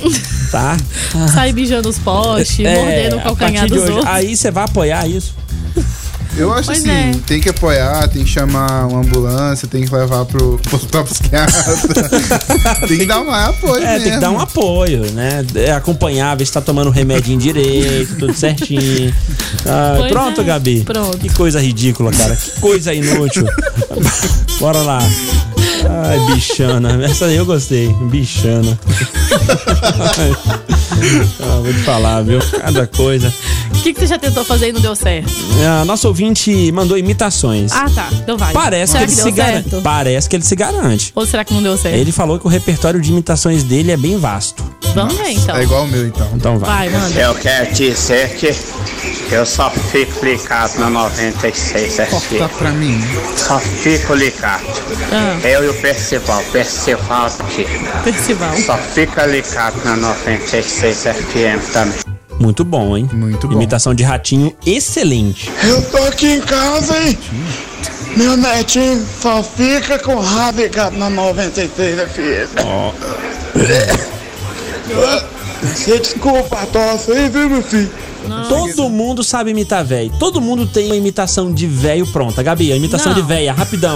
tá? Sai mijando os postes, É, mordendo o a calcanhar partir de dos hoje. outros. Aí você vai apoiar isso? Eu acho Pois assim, é. tem que apoiar, tem que chamar uma ambulância, tem que levar pro pro [LAUGHS] hospital psiquiatra. tem que dar mais apoio É, tem que mesmo. dar um apoio, né? É acompanhar, ver se tá tomando o remedinho direito, tudo certinho. Ah, Pois pronto, é, Gabi. pronto. Que coisa ridícula, cara. Que coisa inútil. Bora lá. Ai, bichana. Essa aí eu gostei. Bichana. Ah, vou te falar, viu? Cada coisa. O que, que você já tentou fazer e não deu certo? Ah, nosso ouvinte mandou imitações. Ah, tá. Então vai. Parece que, será ele deu se gar... certo? Parece que ele se garante. Ou será que não deu certo? Ele falou que o repertório de imitações dele é bem vasto. Vamos ver, então. É igual o meu, então. Então Vai, manda. Eu quero dizer que eu só fico ligado na 96 aqui. Corta pra mim. é Só fico ligado. Ah. Eu e o Percival, é Percival aqui. Percival. Só fica ligado na 96 FM também. Muito bom, hein? Muito bom. Imitação de ratinho excelente. Eu tô aqui em casa, hein? Meu netinho só fica com o rabo ligado na 93 da fiesta. Ó. Você desculpa a tosse aí, viu, meu filho? Todo mundo sabe imitar velho. Todo mundo tem uma imitação de velho pronta. Gabi, a imitação Não. de véia, [LAUGHS] rapidão.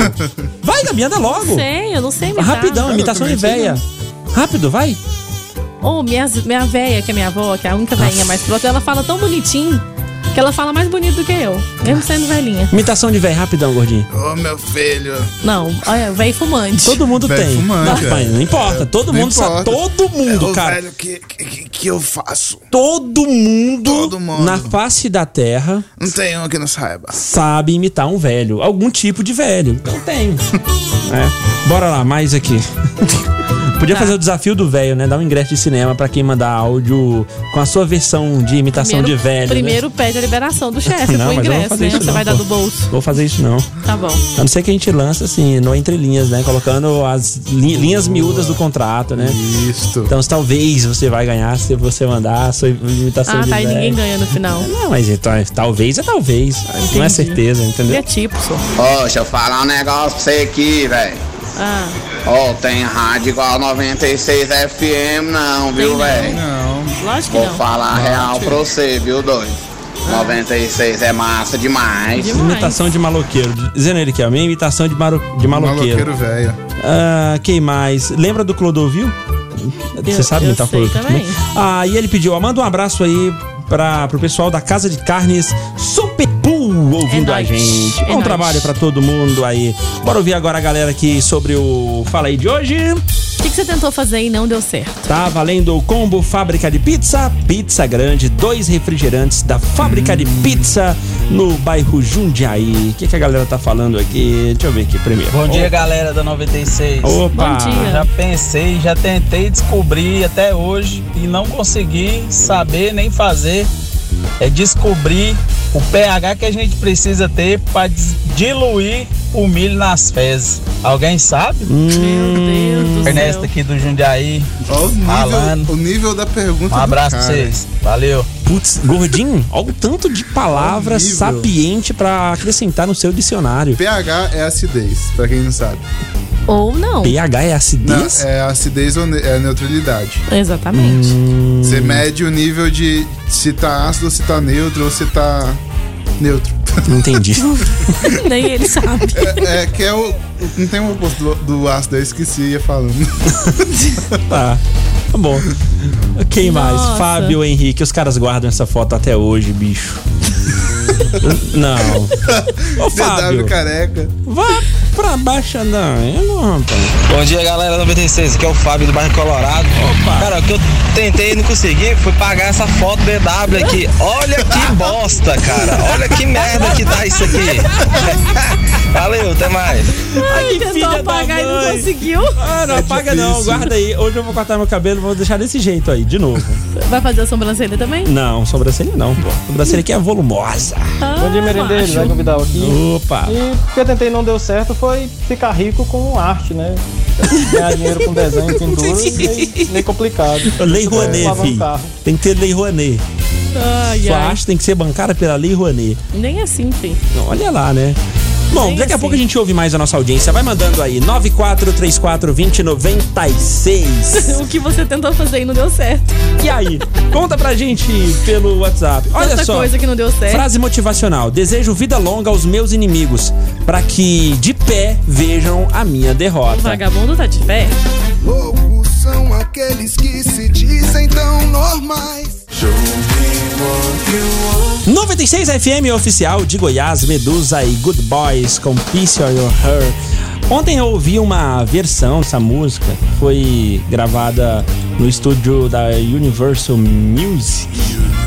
Vai, Gabi, anda logo. É Não sei, eu não sei imitar. Rapidão, imitação Tá de véia. Rápido, vai. Ou minha, minha véia, que é minha avó, que é a única velhinha mais próxima, ela fala tão bonitinho que ela fala mais bonito do que eu, mesmo sendo velhinha. Imitação de velho, rapidão, gordinho. Ô, meu filho. Não, olha, velho fumante. Todo mundo Velho tem. fumante, não, velho. mas não importa. Todo Não mundo sabe. importa. Todo mundo, É o cara. velho que, que, que eu faço. Todo mundo, Todo mundo. na face da terra Não tem um que não saiba. sabe imitar um velho. Algum tipo de velho. Então tem. né? Bora lá, mais aqui. [LAUGHS] Tá. Podia fazer o desafio do velho, né? Dar um ingresso de cinema pra quem mandar áudio com a sua versão de imitação primeiro, de velho. né? Primeiro pede a liberação do chefe Não, mas eu não pro vou ingresso, fazer né? isso Você não, vai dar pô. do bolso. Vou fazer isso não. Tá bom. A não ser que a gente lança assim, no entre linhas, né? Colocando as li- linhas miúdas do contrato, né? Isso. Então talvez você vai ganhar se você mandar a sua imitação Ah, de tá, e velho. ninguém ganha no final. Não, mas então, talvez é talvez. Não é Entendi. certeza, entendeu? É tipo só. Ô, deixa eu falar um negócio pra você aqui, velho. Ah, Ô, tem rádio igual 96 FM não, viu, velho? Não. né? lógico que Vou não. falar a real pra você, viu, doido? 96 é massa demais. Imitação de maloqueiro. Dizendo ele que é a minha imitação de, maro... de maloqueiro. Maloqueiro velho. Ah, quem mais? Lembra do Clodovil? Você Eu- sabe eu imitar o sei Clodovil também. Ah, e ele pediu, ó, manda um abraço aí pra, pro pessoal da Casa de Carnes Super Bull ouvindo É a nóis. gente. É Bom nóis. trabalho pra todo mundo aí. Bora ouvir agora a galera aqui sobre o Fala aí de hoje. O que, que você tentou fazer e não deu certo? Tá valendo o combo Fábrica de Pizza, Pizza Grande, dois refrigerantes da Fábrica de Pizza no bairro Jundiaí. O que, que a galera tá falando aqui? Deixa eu ver aqui primeiro. Bom dia, galera da 96. Opa! Bom dia. Já pensei, já tentei descobrir até hoje e não consegui saber nem fazer. É descobrir o pH que a gente precisa ter para diluir o milho nas fezes. Alguém sabe? Hum. Meu Deus do Ernesto céu. aqui do Jundiaí. Olha o Alan. nível, o nível da pergunta. Um abraço pra vocês. Valeu. Putz, gordinho, olha o tanto de palavra Horrível. sapiente pra acrescentar no seu dicionário. pH é acidez, pra quem não sabe. Ou não. pH é Não, acidez? é acidez ou ne- é neutralidade. Exatamente. Hum. Você mede o nível de se tá ácido, se tá neutro ou se tá neutro. [LAUGHS] Não entendi. Hum. [LAUGHS] Nem ele sabe. [LAUGHS] É, é que é o. Não tem o oposto do, do ácido, eu esqueci ia falando. Tá. Tá bom. Quem mais? Nossa. Fábio Henrique. Os caras guardam essa foto até hoje, bicho. não. [LAUGHS] Ô, Fábio. DW careca. Vá pra baixa, não. Eu não, rapaz. Bom dia, galera 96. Aqui é o Fábio do bairro Colorado. Cara, o que eu tentei e não consegui foi pagar essa foto BW aqui. Olha que bosta, cara. Olha que merda que tá isso aqui. [LAUGHS] Valeu, até mais. Ai, que tentou filha da apagar e não mãe. conseguiu. Ah, não, apaga não, guarda aí. Hoje eu vou cortar meu cabelo e vou deixar desse jeito aí, de novo. Vai fazer a sobrancelha também? [LAUGHS] Não, sobrancelha não, pô. Sobrancelha aqui é volumosa. Bom dia, merendeiros. macho. Vai convidar aqui. Opa. E o que eu tentei e não deu certo foi ficar rico com arte, né? Ganhar dinheiro com desenho, pintura, meio, meio complicado. Lei Rouanet, Lavando filho. carro. Tem que ter Lei Rouanet. Ai, Sua ai. arte tem que ser bancada pela Lei Rouanet. Nem assim, filho. Olha lá, né? Bom, daqui a pouco a gente ouve mais a nossa audiência. Vai mandando aí, [LAUGHS] 94342096. [LAUGHS] o que você tentou fazer e não deu certo. E aí? Conta pra gente pelo WhatsApp. Olha Tanta só. coisa que não deu certo. Frase motivacional: Desejo vida longa aos meus inimigos, pra que de pé vejam a minha derrota. Vagabundo tá de pé. Loucos são aqueles que se dizem tão normais. 96 FM oficial de Goiás, Medusa e Good Boys com Peace or Your Her. Ontem eu ouvi uma versão dessa música que foi gravada no estúdio da Universal Music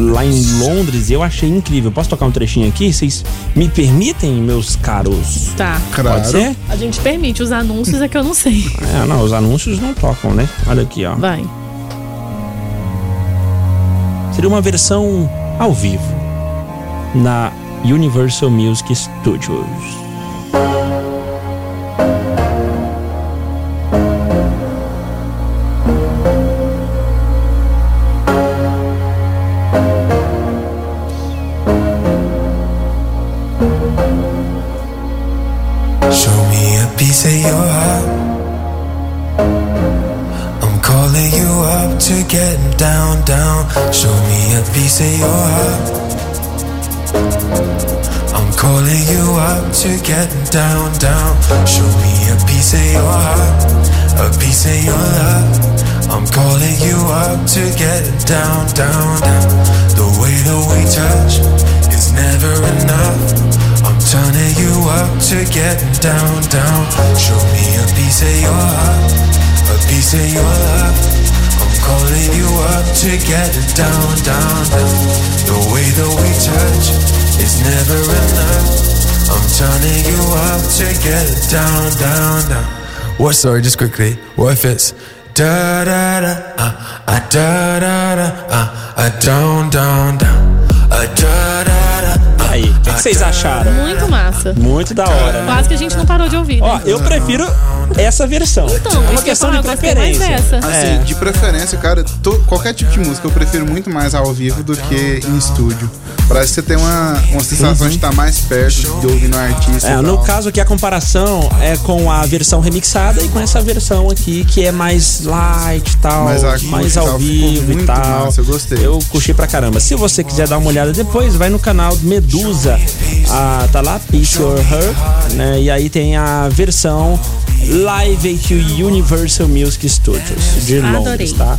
lá em Londres e eu achei incrível. Posso tocar um trechinho aqui? Vocês me permitem, meus caros? Tá. Pode ser? A gente permite os anúncios, é que eu não sei. É, não, os anúncios não tocam, né? Olha aqui, ó. Vai. Seria uma versão ao vivo na Universal Music Studios. Show me a piece of your heart. I'm calling you up to get down, down. Show me a piece of your heart. I'm calling you up to get down, down. Show me a piece of your heart, a piece of your love. I'm calling you up to get down, down, down. The way that we touch is never enough. I'm turning you up to get down, down. Show me a piece of your heart, a piece of your love. I'm calling you up to get down, down, down. The way that we touch is never enough. I'm turning you up to get down, down, down. What story? Just quickly. What if it's da da da ah ah da da da ah ah down down down ah da da da ah Aí, o que, que vocês acharam? Muito massa. Muito da hora, né? Quase que a gente não parou de ouvir. Ó, né? eu prefiro essa versão. Então, é isso uma que eu ia questão falar, de eu gostei mais preferência. dessa. É. Assim, de preferência, cara, to- qualquer tipo de música eu prefiro muito mais ao vivo do que em estúdio. Parece que você tem uma, uma sensação de estar mais perto de ouvir no artista. e É, tal. no caso aqui a comparação é com a versão remixada e com essa versão aqui que é mais light e tal, Mais mais, acústica, ao ficou vivo e muito tal. massa, eu gostei. Eu curti pra caramba. Se você quiser dar uma olhada depois, vai no canal do Medusa. Ah, tá lá, Peace or Her, né? E aí tem a versão live at the Universal Music Studios de Adorei. Londres, tá?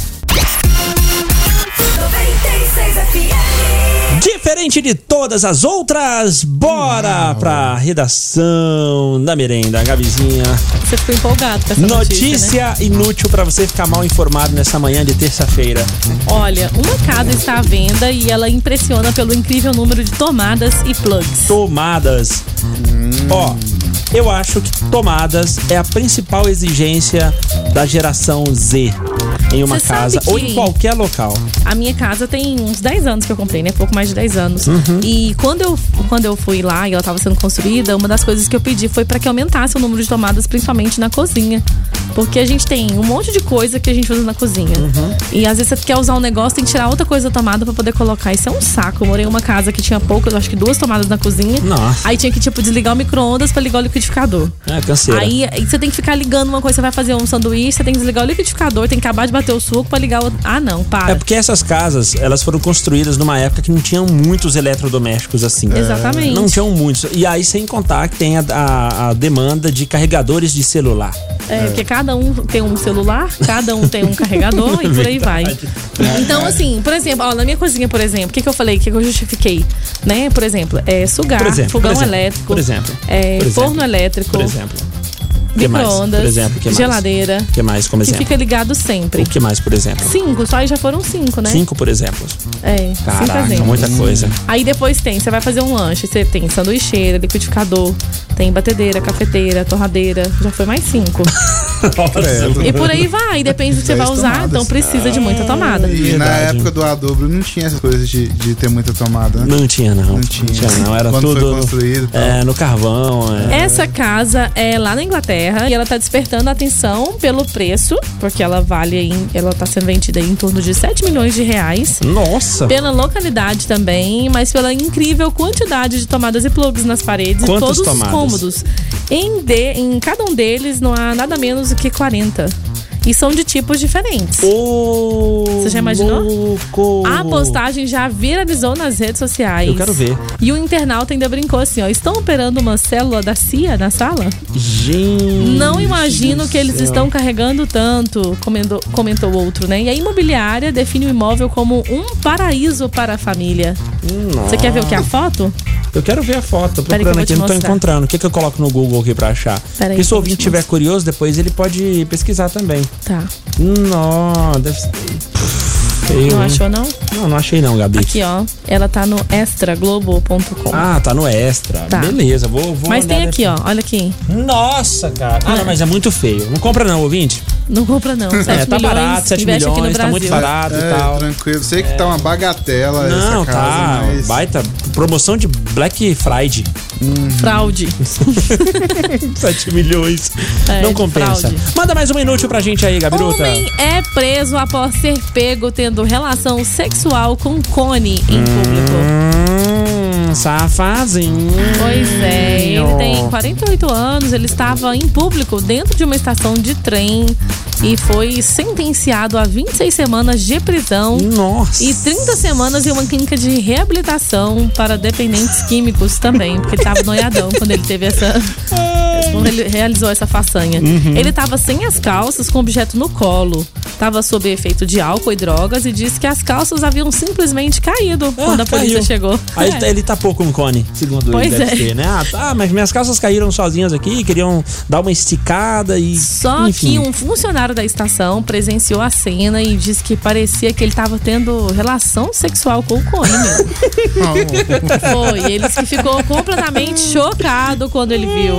Diferente de todas as outras, Ah, bora pra redação da merenda, Gabizinha. Você ficou empolgado com essa Notícia, notícia, né? inútil pra você ficar mal informado nessa manhã de terça-feira. Olha, uma casa está à venda e ela impressiona pelo incrível número de tomadas e plugs. Tomadas. Ó, eu acho que tomadas é a principal exigência da geração Z em uma Você sabe casa ou que- em qualquer local. A minha casa tem uns 10 anos que eu comprei, né? Pouco mais de 10 anos. E quando eu, quando eu fui lá e ela tava sendo construída, uma das coisas que eu pedi foi para que aumentasse o número de tomadas, principalmente na cozinha. Porque a gente tem um monte de coisa que a gente usa na cozinha. E às vezes você quer usar um negócio, tem que tirar outra coisa da tomada para poder colocar. Isso é um saco. Eu morei em uma casa que tinha poucas, acho que duas tomadas na cozinha. Nossa. Aí tinha que, tipo, desligar o micro-ondas pra ligar o liquidificador. É, canseira. Aí aí você tem que ficar ligando uma coisa, você vai fazer um sanduíche, você tem que desligar o liquidificador, tem que acabar de bater o suco pra ligar o. Ah, não, para. É porque essas casas, elas foram construídas numa época que não tinham muitos eletrodomésticos assim. Exatamente. Não tinham muitos. E aí, sem contar que tem a, a- a demanda de carregadores de celular. É, porque cada um tem um celular, cada um tem um carregador e por aí vai. Então, assim, por exemplo, ó, na minha cozinha, por exemplo, o que, que eu falei? O que, que eu justifiquei? Né? Por exemplo, é sugar, Por exemplo, fogão por exemplo, elétrico. por exemplo, é, por exemplo, forno elétrico. Por exemplo. Que mais? Micro-ondas. Por exemplo, que mais? Geladeira. O que mais, como que exemplo? fica ligado sempre. O que mais, por exemplo? Cinco, só aí já foram cinco, né? Cinco, por exemplo. É, cinco Caraca, exemplos. muita coisa. Aí depois tem, você vai fazer um lanche, você tem sanduicheira, liquidificador, tem batedeira, cafeteira, torradeira, já foi mais cinco. é, E por aí vai, depende do que você vai Dez usar, tomadas. então precisa de muita tomada. E na época do Adobe não tinha essas coisas de, de ter muita tomada, né? Não tinha, não. Não tinha. Tinha não, era Quando tudo. Foi construído, tal. É, no carvão. É. Essa casa é lá na Inglaterra e ela tá despertando a atenção pelo preço, porque ela vale em, ela tá sendo vendida em torno de 7 milhões de reais. Nossa! Pela localidade também, mas pela incrível quantidade de tomadas e plugs nas paredes, Quantas todos tomadas? com cômodos. Em, de, em cada um deles não há nada menos do que 40. E são de tipos diferentes. Oh! Você já imaginou? A postagem já viralizou nas redes sociais. Eu quero ver. E o internauta ainda brincou assim, ó. Estão operando uma célula da CIA na sala? Gente. Não imagino do que eles céu. estão carregando tanto, comentou, comentou outro, né? E a imobiliária define o imóvel como um paraíso para a família. Hum, Você quer ver o que é a foto? Eu quero ver a foto, tô Peraí que eu procurando vou te aqui, não tô mostrar. encontrando. O que, que eu coloco no Google aqui pra achar? Peraí Porque que se o eu vou te ouvinte tiver curioso, depois ele pode pesquisar também. Tá. Não, deve ser. Feio, Não hein? achou, não? Não, não achei não, Gabi. Aqui, ó. Ela tá no extraglobo.com. Ah, né, tá no extra. Tá. Beleza, vou, vou Mas olhar depois. tem aqui, ó. Olha aqui. Nossa, cara. Ah, não, mas é muito feio. Não compra não, ouvinte. Não compra, não. É, 7 tá milhões, barato, 7 investe aqui no milhões, tá muito Brasil. barato e É, tal. É. tranquilo. Sei que tá uma bagatela Não, essa casa, é tá. mas... Baita. Promoção de Black Friday. [LAUGHS] Fraude. 7 milhões. É, não de compensa. fraude. Manda mais uma inútil pra gente aí, Gabiruta. Homem é preso após ser pego tendo relação sexual com cone em Hum. público. Hum, Safazinho. Pois é, ele tem 48 anos, ele estava em público dentro de uma estação de trem e foi sentenciado a 26 semanas de prisão Nossa. e 30 semanas em uma clínica de reabilitação para dependentes químicos também, porque ele estava noiadão quando ele teve essa quando ele realizou essa façanha. Uhum. Ele estava sem as calças com o objeto no colo. Estava sob efeito de álcool e drogas e disse que as calças haviam simplesmente caído quando a Ah, polícia caiu. chegou. [LAUGHS] Aí tá. É. ele- ele tapou com o cone, segundo Pois ele deve é. ser, né? Ah, tá, mas minhas calças caíram sozinhas aqui, queriam dar uma esticada e. Só enfim. que um funcionário da estação presenciou a cena e disse que parecia que ele estava tendo relação sexual com o Cone mesmo. [LAUGHS] Foi, ele disse que ficou completamente chocado quando ele viu.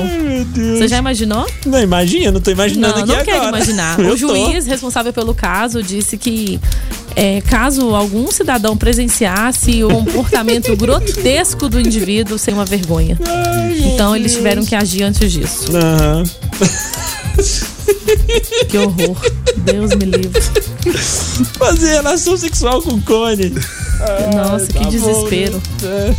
Você já imaginou? Não imagino, tô imaginando um- não, aqui não quero é agora. [LAUGHS] imaginar. Eu O tô. juiz responsável pelo caso disse que é, caso algum cidadão presenciasse o comportamento grotesco do indivíduo, seria uma vergonha. então eles tiveram que agir antes disso. Aham. Que horror. Deus me livre. Fazer relação sexual com cone. Nossa, que Tá bom, né? desespero. [LAUGHS]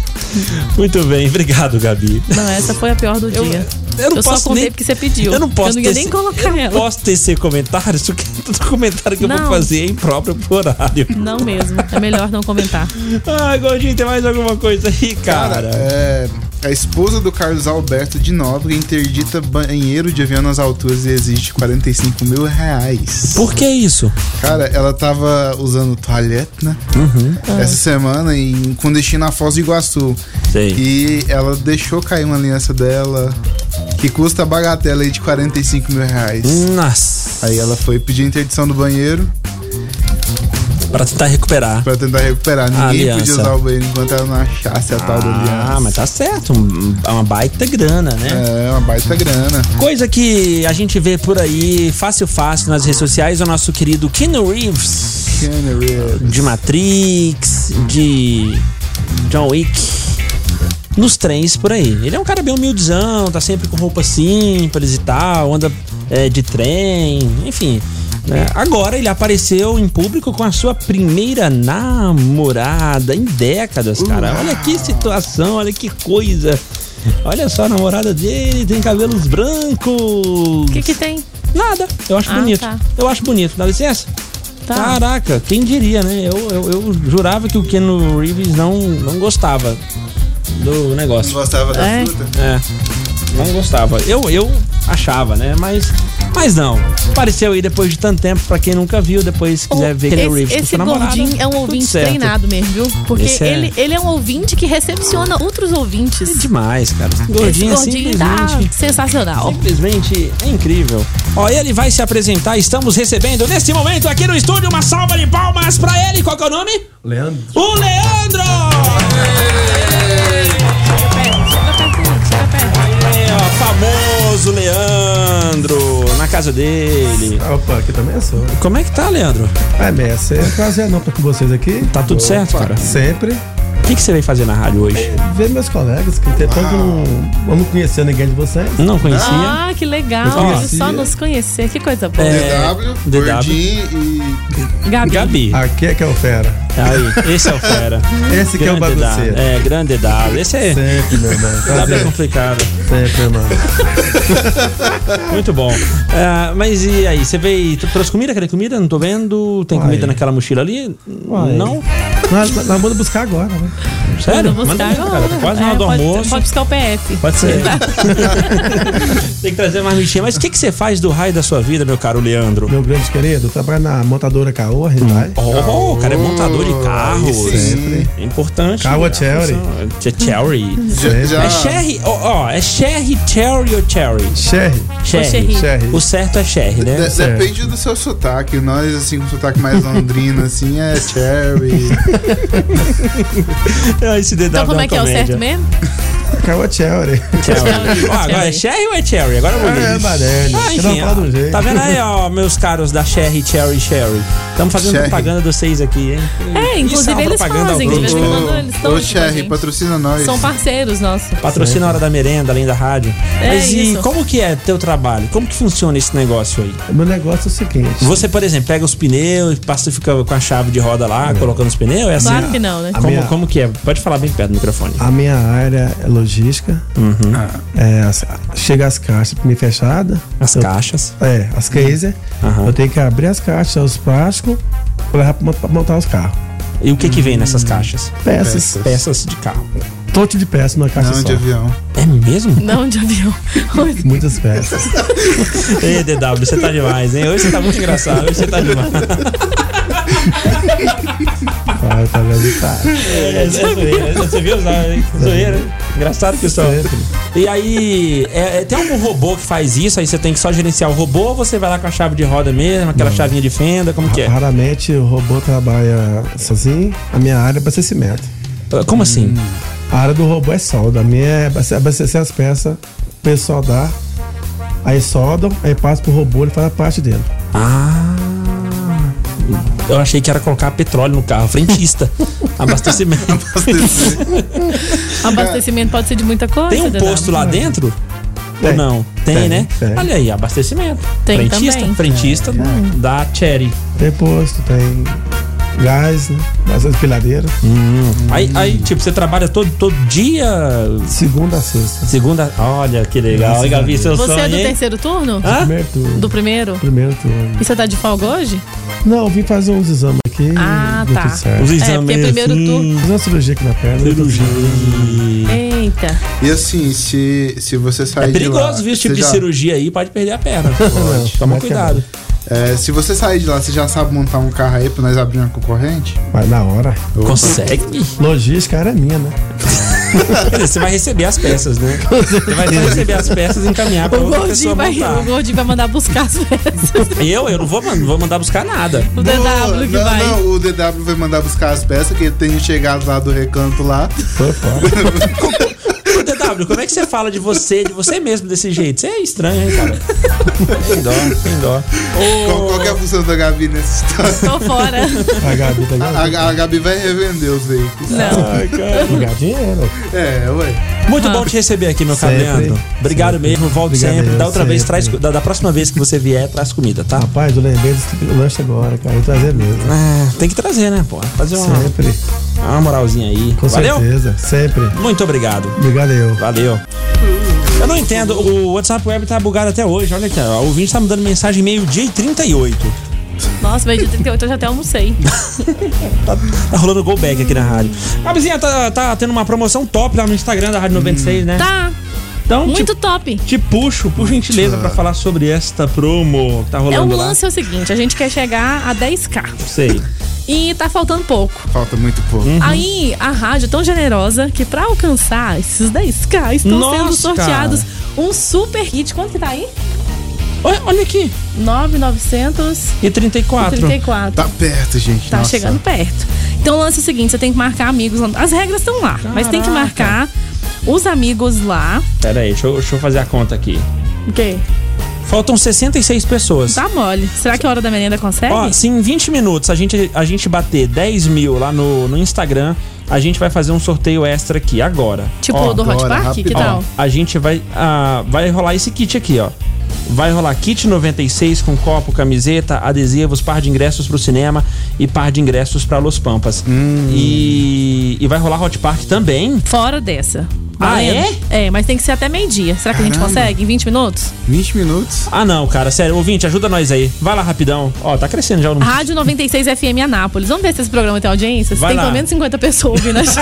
Muito bem, obrigado, Gabi. Não, essa foi a pior do dia. Eu, não só posso contei nem- porque você pediu. Eu não posso Eu não ia tecer- nem colocar eu não ela. posso tecer comentários, porque [LAUGHS] todo comentário que eu Não. vou fazer é impróprio pro horário. Não mesmo. É melhor não [LAUGHS] comentar. Ah, Gordinho, tem mais alguma coisa aí, Cara, é, a esposa do Carlos Alberto de Nóbrega interdita banheiro de avião nas alturas e exige 45 mil reais. Por que isso? Cara, ela tava usando toalhete, né? Uhum. Essa semana em, com destino a Foz do Iguaçu. Sei. E ela deixou cair uma aliança dela que custa a bagatela aí de 45 mil reais. Hum. Nossa. Aí ela foi pedir interdição do banheiro. Pra tentar recuperar. Pra tentar recuperar. A Ninguém aliança. podia usar o banheiro enquanto ela não achasse a tal da aliança. Ah, mas tá certo. um- É uma baita grana, né? É, uma baita grana. Coisa que a gente vê por aí, fácil, fácil, nas redes sociais, é o nosso querido Keanu Reeves. Keanu Reeves. De Matrix, de John Wick. Nos trens por aí. Ele é um cara bem humildezão, tá sempre com roupa simples e tal, anda é, de trem, enfim. né? Agora ele apareceu em público com a sua primeira namorada em décadas, cara. Olha que situação, olha que coisa. Olha só, a namorada dele tem cabelos brancos. O que que tem? Nada. Eu acho Ah, bonito. tá. Eu acho bonito. Dá licença? Tá. Caraca, quem diria, né? Eu, eu, eu jurava que o Keanu Reeves não, não gostava do negócio. Não gostava da é. fruta? É. Não gostava. Eu, eu achava, né? Mas, mas não. Apareceu aí depois de tanto tempo, pra quem nunca viu, depois se quiser ver Keanu Reeves Oh, Esse, com esse sua tá namorada. gordinho é um tudo ouvinte certo. treinado mesmo, viu? Porque Esse é- Ele, ele é um ouvinte que recepciona outros ouvintes. Demais, cara. Esse Gordinho, é Esse gordinho tá simplesmente- sensacional. Simplesmente é incrível. Ó, ele vai se apresentar. Estamos recebendo nesse momento aqui no estúdio uma salva de palmas pra ele. Qual que é o nome? Leandro. O Leandro! Aí, É, ó, famoso Leandro, na casa dele. Opa, aqui também é sua. Como é que tá, Leandro? É, bem, é sempre um prazer não estar com vocês aqui. Tá tudo certo, cara? Sempre. O que, que você veio fazer na rádio hoje? Ver meus colegas, que tem tempo que eu não, eu não conhecia ninguém de vocês. Não Ah, que legal. Eu Ele só conhecia. nos É. conhecer. Que coisa boa. DW, DW. Gordinho e Gabi. Aqui é que é o fera. Aí, esse é o fera. Esse que é o Grande dado. bagunceiro. É, grande dado. Esse é. Sempre, meu irmão. Tá Dado é sempre. complicado. Sempre, irmão. Muito [LAUGHS] bom. Ah, mas e aí, você veio. Tu trouxe comida? Cadê comida? Não tô vendo. Tem comida naquela mochila ali? Uai. Não? Nós, nós manda buscar agora, né? Sério? Vou buscar Manda ver, agora. cara. Tá quase na hora É, do pode- almoço. Pode buscar o Então, PF. Pode ser. [LAUGHS] Tem que trazer mais marmitinha. Mas o que, que você faz do raio da sua vida, meu caro Leandro? Meu grande querido, eu trabalho na montadora Caoa, Hyundai. Oh, o cara é montador de carros. Sempre. É importante. Caoa né? Chery. Che- Cherry. Já- já- É Cherry, ó, ó, é Cherry, Cherry ou Cherry? Cherry. Cherry. O certo é Cherry, [LAUGHS] né? De- depende do seu sotaque. Nós, assim, com sotaque mais [LAUGHS] londrino, assim, é cherry. Esse Então como é que é o certo mesmo? Caoa Cherry. Ó, agora é Cherry ou é Cherry? Agora eu vou ver. É, Barelli. Ah, Cada um enfim, fala de um ó, jeito. tá vendo aí, ó, meus caros da Cherry, Cherry, Cherry. Estamos fazendo Cherry. propaganda de vocês aqui, hein? Isso É, é inclusive uma eles propaganda né? fazem. ao De vez em vivo. quando eles estão Ô, aqui com a Cherry, gente. patrocina nós. São parceiros nossos. Patrocina a hora da merenda, além da rádio. É Mas e isso. como que é teu trabalho? Como que funciona esse negócio aí? O meu negócio é o seguinte. Você, por exemplo, pega os pneus, passa e fica com a chave de roda lá, colocando os pneus? É assim? Claro que não, né? Como, minha- Ah, como que é? Pode falar bem perto do microfone. A minha área é logística. É, as- chega as caixas pra mim fechada. As Eu- caixas. É, as cases. Eu tenho que abrir as caixas, os plásticos, pra levar pra mont- pra montar os carros. E o que que vem Hum. nessas caixas? Peças. Peças de carro. Todo tipo de peça numa caixa Não, só. de avião. É [LAUGHS] mesmo? Não, [LAUGHS] de avião. Muitas peças. Ei, DW, você tá demais, hein? Hoje você tá muito engraçado, hoje você tá demais. Ah, tá vendo? Tá. É, é, é zoeira, você viu? Sabe? Zoeira. Engraçado que só. E aí, é, é, tem algum robô que faz isso? Aí você tem que só gerenciar o robô ou você vai lá com a chave de roda mesmo, aquela chavinha de fenda? Como que é? Raramente o robô trabalha sozinho. A minha área é abastecer cimento. Como assim? A área do robô é solda. A minha é abaste- abastecer as peças, o pessoal dá. Aí soldam, aí passa pro robô, ele faz a parte dele. Ah. Eu achei que era colocar petróleo no carro, [LAUGHS] frentista. Abastecimento. [LAUGHS] Abastecimento pode ser de muita coisa. Tem um Dedado. posto lá dentro? Ou Tem. não? Tem, Tem, né? tem. Olha aí, abastecimento. Tem frentista, também. frentista da Cherry. Tem posto, tem gás, né? Bastante piladeira. Aí, aí, Hum. tipo, você trabalha todo, todo dia? Segunda a sexta. Segunda. Olha que legal, hein, Gabi? Seu Você sonho, é do hein? terceiro turno? Hã? Primeiro turno. Do primeiro? Primeiro turno. E você tá de folga hoje? Não, eu vim fazer uns exames aqui. Ah, deu tá. tudo certo. Os É, exames, porque é primeiro assim. turno. Fiz uma cirurgia aqui na perna. né? Eita. E assim, se, se você É sair de lá... perigoso, viu? Esse tipo você de já- cirurgia aí pode perder a perna. Não, Toma vai cuidado. É, se você sair de lá, você já sabe montar um carro aí pra nós abrir uma concorrente? Mas na hora. Consegue? Logística era minha, né? Quer dizer, você vai receber as peças, né? Você vai só receber as peças e encaminhar pra O outra pessoa gordinho, vai, o montar. gordinho vai mandar buscar as peças. Eu, eu não vou, mano, vou mandar buscar nada. O DW que não, vai. Não, o DW vai mandar buscar as peças, que ele tem chegado lá do recanto lá. [LAUGHS] Ô, DW, como é que você fala de você, de você mesmo desse jeito? Você é estranho, hein, cara? Tem dó, tem dó. Qual, qual que é a função da Gabi nessa história? Tô [LAUGHS] fora. A Gabi tá A, a- a Gabi vai revender os veículos. Não. Ganhar dinheiro. É, ué. Ah. Muito bom te receber aqui, meu caro Sempre. Leandro. Obrigado mesmo, volto Obrigado sempre. Da eu, outra vez, sempre. traz, da, da próxima vez que você vier, traz comida, tá? Rapaz, eu lembrei desse tipo de lanche agora, cara. Eu trazer mesmo. É, tem que trazer, né, pô? Fazer uma, Sempre. uma moralzinha aí. Com Valeu? certeza. Sempre. Muito obrigado. Obrigado eu. Valeu. Eu não entendo, o WhatsApp Web tá bugado até hoje. Olha aqui, ó, o ouvinte tá mandando mensagem meio-dia e 38. Nossa, veio de 38, eu já até almocei. Tá rolando go back aqui na rádio. Gabizinha, tá, tá tendo uma promoção top lá no Instagram da Rádio Hum. 96, né? Tá. Então, Muito te, top. te puxo, por gentileza, pra falar sobre esta promo que tá É o rolando lá. lance é o seguinte, a gente quer chegar a 10k. Sei. E tá faltando pouco. Falta muito pouco. Hum. Uhum. Aí a rádio é tão generosa que pra alcançar esses 10k estão Nossa, sendo sorteados um super hit. Quanto que tá aí? Olha, olha aqui. 9,934. E 34. Tá perto, gente. Tá nossa. chegando perto. Então o lance é o seguinte: você tem que marcar amigos. lá. As regras estão lá, mas tem que marcar os amigos lá. Pera aí, deixa eu, deixa eu fazer a conta aqui. O quê? Faltam 66 pessoas. Tá mole. Será que a hora da merenda consegue? Ó, se em 20 minutos a gente, a gente bater 10 mil lá no, no Instagram, a gente vai fazer um sorteio extra aqui agora. tipo Ó, o do Hot agora, Park? Que rapidão. tal? ó, a gente vai, ah, vai rolar esse kit aqui, ó. Vai rolar kit 96 com copo, camiseta, adesivos, par de ingressos pro cinema e par de ingressos pra Los Pampas. E, e vai rolar Hot Park também. Fora dessa. Ah, é? Valendo? É, mas tem que ser até meio-dia. Será que a gente Caramba. consegue? Em 20 minutos? 20 minutos. Ah, não, cara, sério. Ouvinte, ajuda nós aí. Vai lá rapidão. Ó, tá crescendo já o número. Rádio 96 FM Anápolis. Vamos ver se esse programa tem audiência? Se Vai tem lá. pelo menos 50 pessoas [LAUGHS] ouvindo a gente.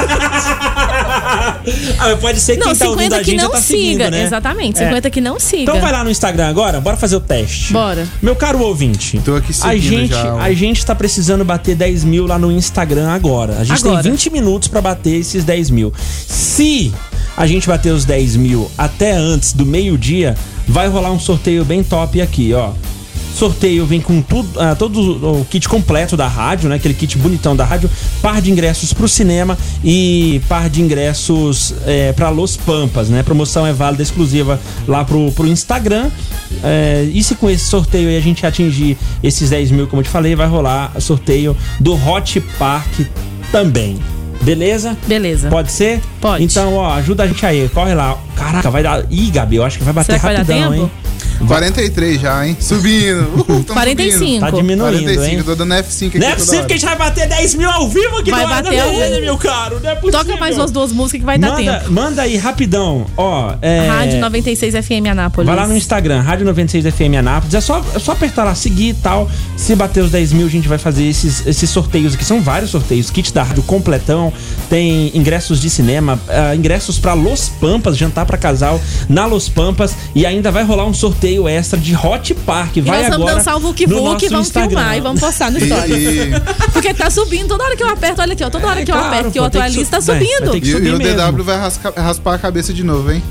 Ah, mas pode ser que Não, quem tá 50 ouvindo a que gente já não tá siga, seguindo, né? exatamente, 50 que não siga. Então vai lá no Instagram agora, bora fazer o teste. Bora. Meu caro ouvinte, Tô aqui a seguindo gente, já, ó. a gente tá precisando bater 10 mil lá no Instagram agora. A gente Agora. tem 20 minutos pra bater esses 10 mil. Se a gente bater os 10 mil até antes do meio-dia, vai rolar um sorteio bem top aqui, ó. Sorteio vem com tudo, ah, todo o kit completo da rádio, né? Aquele kit bonitão da rádio, par de ingressos pro cinema e par de ingressos é, para Los Pampas, né? Promoção é válida exclusiva lá pro, pro Instagram. É, e se com esse sorteio aí a gente atingir esses 10 mil, como eu te falei, vai rolar sorteio do Hot Park também. Beleza? Beleza. Pode ser? Pode. Então, ó, ajuda a gente aí. Corre lá. Caraca, vai dar. Ih, Gabi, eu acho que vai bater Será que vai dar rapidão, tempo? hein? 43 já, hein? [LAUGHS] Subindo. Uhul, tamo 45. subindo. Tá diminuindo, 45, hein? tô dando F5 aqui Não é toda possível hora. que a gente vai bater 10 mil ao vivo aqui Vai no ar da bater ao Verena, vivo. meu caro. Não é possível. Toca mais umas duas músicas que vai dar manda, tempo. Manda aí, rapidão. Ó, é... Rádio 96 FM Anápolis. Vai lá no Instagram, Rádio 96FM Anápolis. É só, é só apertar lá, seguir e tal. Se bater os 10 mil, a gente vai fazer esses, esses sorteios aqui. São vários sorteios. Kit da rádio completão. Tem ingressos de cinema, ah, ingressos pra Los Pampas, jantar pra casal na Los Pampas. E ainda vai rolar um sorteio extra de Hot Park. E vai nós vamos agora dançar o Vuk no Vuk, nosso vamos Instagram. filmar e vamos postar no tá. [LAUGHS] [LAUGHS] story. Porque tá subindo, toda hora que eu aperto, olha aqui, ó. Toda hora que eu Claro, aperto, que pô, eu tem que atualizo, tá su- vai, vai subindo. ter que subir mesmo. E o DW vai rasca- raspar a cabeça de novo, [LAUGHS] hein?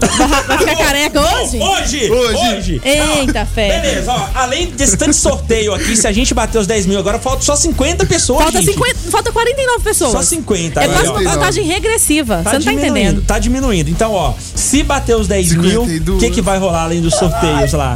Vai ficar careca hoje? Hoje! Hoje! É. Eita, fé. Beleza, ó, além desse tanto de sorteio aqui, se a gente bater os 10 mil agora, falta só 50 pessoas. Falta, gente. 50, falta 49 pessoas. Só 50. É aí, quase ó. uma contagem regressiva. Você não tá diminuindo, entendendo. Tá diminuindo. Então, ó, se bater os 10 mil, o que, que vai rolar além dos sorteios lá?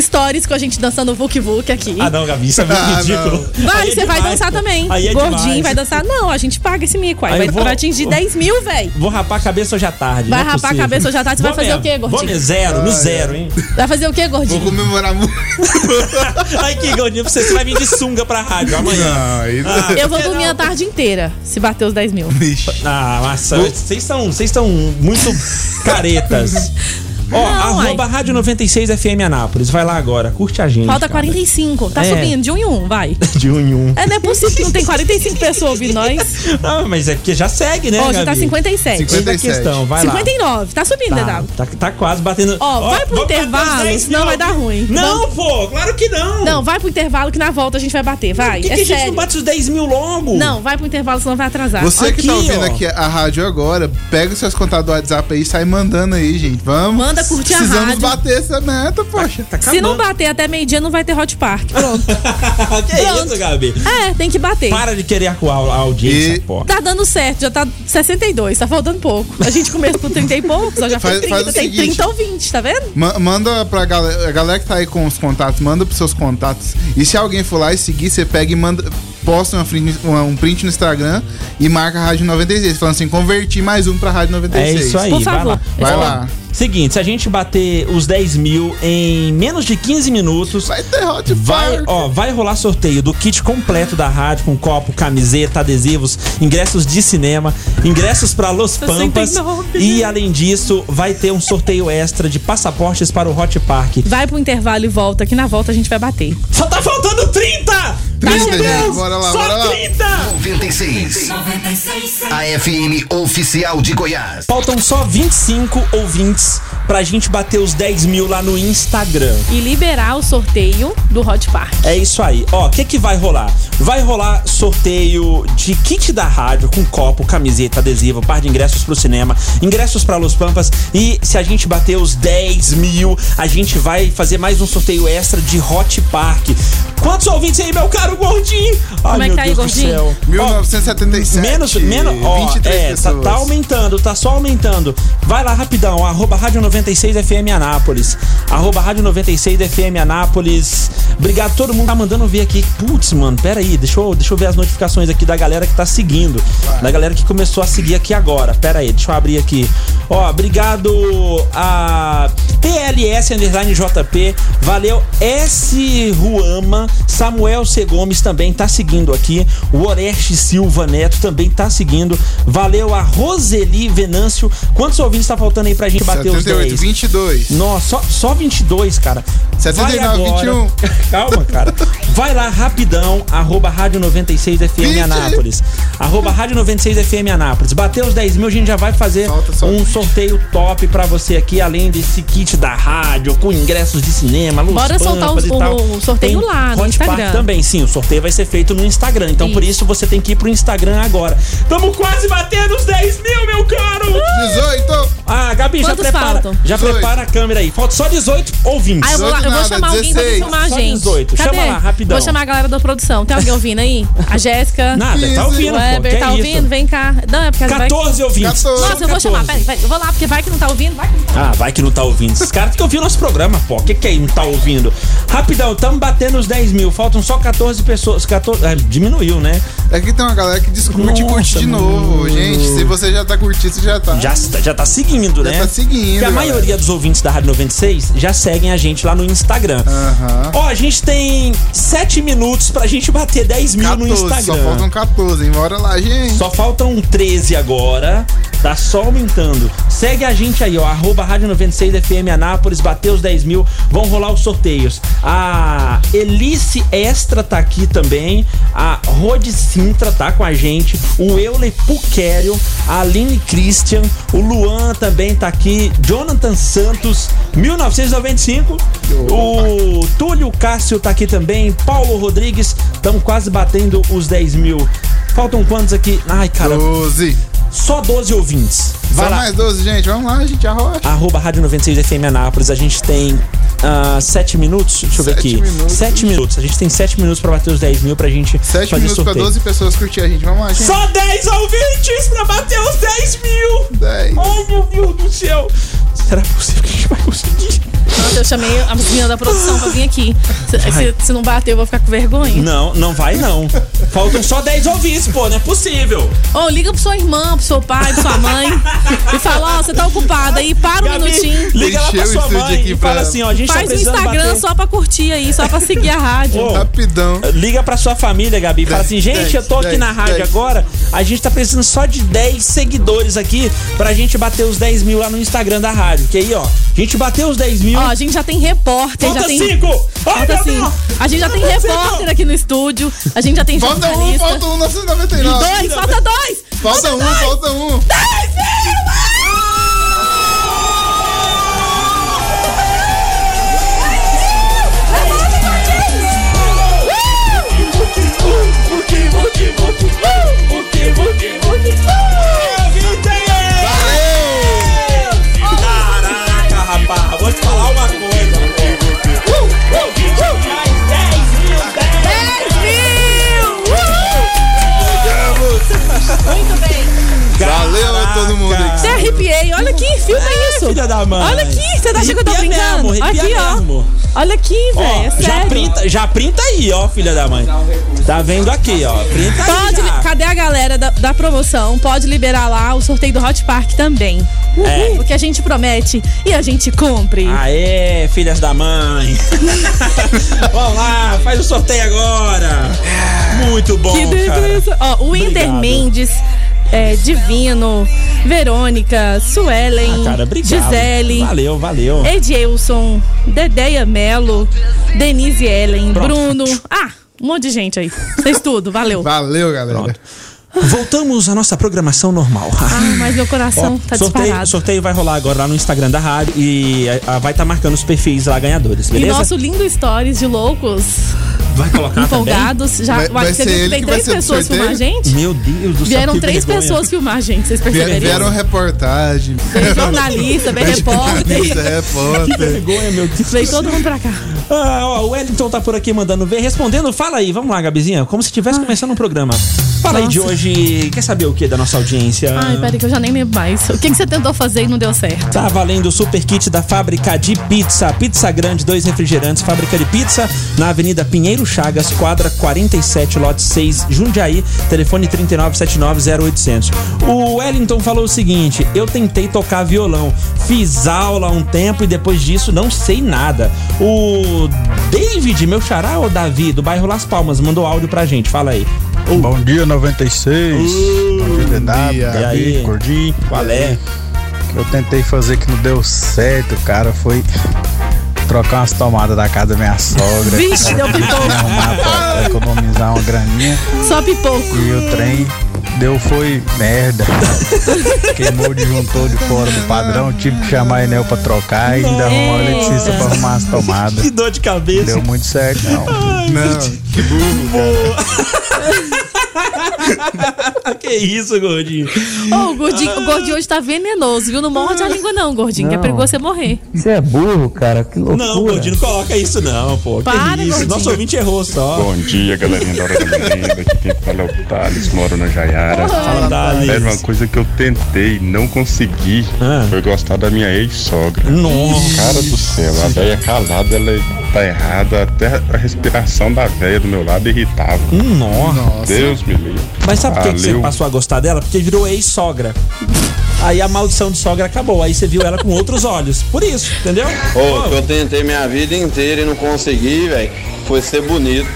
Stories com a gente dançando Vuk Vuk aqui. [LAUGHS] Ah, não, Gabi, isso é muito Ah, não. ridículo. Vai, Aí é você vai demais, dançar pô. também. Aí é Gordinho demais. vai dançar. Não, a gente paga esse mico aí. Aí vai, eu vou- vai atingir 10 mil, véi. Vou rapar a cabeça hoje à tarde. Vai não é rapar a possível. cabeça hoje à tarde, você vai Vou fazer mesmo. o quê, gordinho? Vou mesmo, zero, no zero, hein? Vai fazer o quê, gordinho? Vou comemorar muito. Ai, que gordinho, você você vai vir de sunga pra Tá rádio amanhã. Ah, eu vou dormir a tarde inteira se bater os 10 mil. [LAUGHS] Ah, massa, vocês são, vocês são muito [LAUGHS] caretas. Ó, Não, uai. arroba Rádio 96 FM Anápolis. Vai lá agora, curte a gente. Falta cara. [LAUGHS] 45. Tá É. subindo, de um em um, vai. De um em um. É, não é possível que não tem 45 pessoas ouvindo nós. Ah, mas é porque já segue, né? Ó, já tá Gabi? 57. Segunda questão, vai lá. 59. Tá subindo, Tá, Dedado. tá, tá quase batendo. Ó, vai pro vamos bater os intervalo, 10 mil. senão vai dar ruim. Não, Vamos- pô, claro que não. Não, vai pro intervalo que na volta a gente vai bater, vai. Por que é que a gente sério. não bate os 10 mil logo? Não, vai pro intervalo, senão vai atrasar. Você que tá ouvindo aqui a rádio agora, pega os seus contatos do WhatsApp aí e sai mandando aí, gente. Vamos. Manda curtir a Precisamos rádio. bater essa meta, poxa. Se não bater até meio-dia, não vai ter Hot [LAUGHS] Park. [LAUGHS] Pronto. que isso, Gabi? é, tem que bater. Para de querer acuar a audiência, pô. Tá dando certo, já tá 62, tá faltando pouco. A gente começa com 30 e poucos, ó, já Faz- foi 30, faz o tem seguinte. 30 ou 20, tá vendo? Ma- Manda pra galera, a galera que tá aí com os contatos, manda pros seus contatos. E se alguém for lá e seguir, você pega e manda. Posta uma print- uma- um print no Instagram e marca a Rádio 96. Falando assim, converti mais um pra Rádio É 96. isso aí, Vai Vai lá. lá. Ó, Seguinte, se a gente bater os 10 mil em menos de 15 minutos. Vai ter hot vai, ó, vai rolar sorteio do kit completo da rádio, com copo, camiseta, adesivos, ingressos de cinema, ingressos pra Los Pampas. 69. E além disso, vai ter um sorteio extra de passaportes para o Hot Park. Vai pro intervalo e volta, que na volta a gente vai bater. Só tá faltando 30! Meu Deus! lá, Só bora lá. 30! 96. A FM oficial de Goiás. Faltam só 25 ouvintes pra gente bater os 10 mil lá no Instagram. E liberar o sorteio do Hot Park. É isso aí. Ó, o que que vai rolar? Vai rolar sorteio de kit da rádio com copo, camiseta, adesivo, par de ingressos pro cinema, ingressos pra Los Pampas e se a gente bater os 10 mil, a gente vai fazer mais um sorteio extra de Hot Park. Quantos ouvintes aí, meu caro gordinho? Ai, Como é meu que tá aí, Deus do gordinho? céu. 1977. Menos, menos, ó, 23 é, tá, pessoas. tá aumentando, tá só aumentando. Vai lá rapidão, arroba Rádio 96 FM Anápolis. Arroba Rádio 96 FM Anápolis. Obrigado, todo mundo tá mandando ver aqui. Putz, mano, pera aí, deixa eu, deixa eu ver as notificações aqui da galera que tá seguindo. Da galera que começou a seguir aqui agora. Pera aí, deixa eu abrir aqui. Ó, obrigado a PLS Underline JP. Valeu, S. Ruama. Samuel C. Gomes também tá seguindo aqui. O Oreste Silva Neto também tá seguindo. Valeu a Roseli Venâncio. Quantos ouvintes tá faltando aí pra gente bater os 10? 22. Nossa, só, só 22, cara. 79, 21. [LAUGHS] Calma, cara. Vai lá rapidão, arroba Rádio 96 FM Anápolis. Arroba Rádio 96 FM Anápolis. Bateu os 10 mil, a gente já vai fazer um sorteio top pra você aqui, além desse kit da rádio, com ingressos de cinema, luz Bora soltar pampas o- e tal. o sorteio Tem lá no hot part Instagram. também, sim, o sorteio vai ser feito no Instagram. Então, por isso, você tem que ir pro Instagram agora. Tamo quase batendo os 10 mil, meu caro! 18! Ah, Gabi, já Quantos prepara, faltam? já 18. prepara a câmera aí. Falta só 18 ouvintes. Ah, eu vou, lá- eu vou chamar alguém pra vir filmar a Só gente. 18. Chama lá, rapidão. Vou chamar a galera da produção. Tem alguém ouvindo aí? A Jéssica. Nada, tá ouvindo, pô, O Weber, que tá isso? ouvindo? Vem cá. Não, é porque 14 vai... ouvintes. Nossa, São eu vou 14. chamar. Peraí, peraí. Eu vou lá, porque vai que não tá ouvindo, vai que não tá Ah, vai que não tá ouvindo. Esses caras ficam ouvindo nosso programa, pô. O que, que é aí não tá ouvindo? Rapidão, tamo batendo os 10 mil. Faltam só 14 pessoas. 14, ah, diminuiu, né? É que tem uma galera que discute e curte de novo. Gente, se você já tá curtindo, você já tá. Já, já tá seguindo, né? Já tá seguindo. Porque a galera. maioria dos ouvintes da Rádio 96 já seguem a gente lá no Instagram. Ó, a gente tem 7 minutos pra gente bater 10 mil no 14, Instagram. só faltam 14, hein? Bora lá, gente. Só faltam 13 agora. Tá só aumentando. Segue a gente aí, ó. Arroba Rádio 96 FM Anápolis. Bateu os 10 mil. Vão rolar os sorteios. A Elice Extra tá aqui também. A Rod Sintra tá com a gente. O Euler Puquério. A Aline Christian. O Luan também tá aqui. Jonathan Santos, 1995. O Túlio Cássio tá aqui também. Paulo Rodrigues. Estão quase batendo os 10 mil. Faltam quantos aqui? Ai, cara. 12. Só 12 ouvintes. Vai Só lá. mais 12, gente. Vamos lá, gente. Arrocha. Arroba Rádio 96 FM Anápolis. A gente tem 7 minutos. Deixa eu ver aqui. 7 minutos. A gente tem 7 minutos pra bater os 10 mil pra gente 7 fazer minutos sorteio. pra 12 pessoas curtir a gente. Vamos lá, gente. Só 10 ouvintes pra bater os 10 mil! 10. Ai, meu Deus do céu! Será possível que a gente vai conseguir? Nossa, eu chamei a menina da produção pra vir aqui. Se, Ai. se- se não bater, eu vou ficar com vergonha. Não, não vai não. Faltam só 10 ouvintes, pô, não é possível. Ou liga pro sua irmã, pro seu pai, pra sua mãe. e fala, ó, você tá ocupada aí, para um minutinho. Liga lá pra sua mãe e fala assim, ó, a gente tá Faz o precisando Instagram bater- só pra curtir aí, só pra seguir a rádio. Ô, Rapidão. Liga pra sua família, Gabi. Fala assim, gente, dez, eu tô aqui dez, na rádio dez. agora. A gente tá precisando só de 10 seguidores aqui pra gente bater os 10 mil lá no Instagram da rádio. Que aí, ó, a gente bateu os 10 mil. Ó, a gente já tem repórter, Falta já tem. cinco! Ai, Falta meu cinco. Deus! A gente já tem Falta repórter aqui no estúdio. A gente já tem Falta um, jornalista. falta um, 999. Dois, falta dois! Falta um, falta um. Caraca, rapaz, vou te falar uma coisa. Muito bem. Valeu a todo mundo aí. Até arrepiei. Olha aqui, filma isso. É, filha da mãe. Olha aqui, você tá achando que eu tô Arrepia brincando? mesmo, arrepia aqui, ó. mesmo. Olha aqui, Ó, velho. É já, sério. printa, já printa aí, ó, filha da mãe. Tá vendo aqui, ó. Printa aí. Pode, li- cadê a galera da, da promoção? Pode liberar lá o sorteio do Hot Park também. Uhul, É. Porque a gente promete e a gente cumpre. Ah, Aê, filhas da mãe. [LAUGHS] Vamos lá, faz o sorteio agora. Muito bom, que cara. delícia. Ó, o Inder Obrigado. Mendes, é, Divino, Verônica, Suelen, Ah, cara, obrigado. Gisele. Valeu, valeu. Edilson, Dedeia Melo, Denise Ellen, Bruno. Ah, um monte de gente aí. Vocês tudo, valeu. Valeu, galera. Voltamos à nossa programação normal. [LAUGHS] Ah, mas meu coração Ó, tá sorteio, disparado. sorteio vai rolar agora lá no Instagram da rádio e eh, a, a- vai estar marcando os perfis lá ganhadores, E beleza? nosso lindo stories de loucos, Vai colocar também? empolgados. Já, Vai- vai você ser viu que ele tem que vai três ser o pessoas sorteio? filmar a gente? Meu Deus do céu, Vieram que três vergonha. pessoas filmar a gente, vocês Vieram, vieram perceberam? reportagem. Vem jornalista, vem Vem repórter. jornalista, repórter. vergonha, meu Deus. Veio todo mundo pra cá. Ah, ó, o Wellington tá por aqui mandando ver, respondendo. Fala aí, vamos lá, Gabizinha, como se estivesse começando um programa. Fala aí de Ah. Nossa. hoje, quer saber o que da nossa audiência? Ai, peraí que eu já nem lembro mais. O que, que você tentou fazer e não deu certo? Tá valendo o super kit da fábrica de pizza. Pizza Grande, dois refrigerantes, fábrica de pizza, na Avenida Pinheiro Chagas, quadra 47, lote 6, Jundiaí, telefone 39790800. O Wellington falou o seguinte: eu tentei tocar violão, fiz aula há um tempo e depois disso não sei nada. O David, meu xará ou Davi, do bairro Las Palmas, mandou áudio pra gente, fala aí. Oh. Bom dia, 96. Bom Hum. dia, Renato, Uh, dia. E Gabi, aí? Cordi. Qual é? Que eu tentei fazer que não deu certo, cara, foi trocar umas tomadas da casa da minha sogra. Vixe, deu Arrumar Ah! pra economizar uma graninha. Só pipoco. E o trem deu foi [LAUGHS] merda. Queimou o disjuntor de um fora do padrão, tive que chamar a Enel pra trocar e ainda arrumar o eletricista pra arrumar as tomadas. Que dor de cabeça. Deu muito certo, não. não, que burro. que isso, gordinho? Ô, o, gordinho, o gordinho hoje tá venenoso, viu? Não morde a língua, não, gordinho. Que Ah. é Não. perigoso você morrer. Você é burro, cara. Que loucura. Não, gordinho, não coloca isso não, pô. Para, que isso? gordinho. Nosso ouvinte errou só. Bom dia, galerinha da Hora da Merenda. Aqui quem fala é o Thales, moro na Jaiara. Fala, Thales. Era uma coisa que eu tentei, não consegui, Ah. foi gostar da minha ex-sogra. Nossa. Cara do céu, a velha calada, ela tá errada. Até a respiração da velha do meu lado irritava. Nossa. Deus me livre. Mas sabe por que que você Valeu. passou a gostar dela? Porque virou ex-sogra. Aí a maldição de sogra acabou. Aí você viu ela com outros olhos. Por isso, entendeu? Ô, que eu tentei minha vida inteira e não consegui, velho. Foi ser bonito.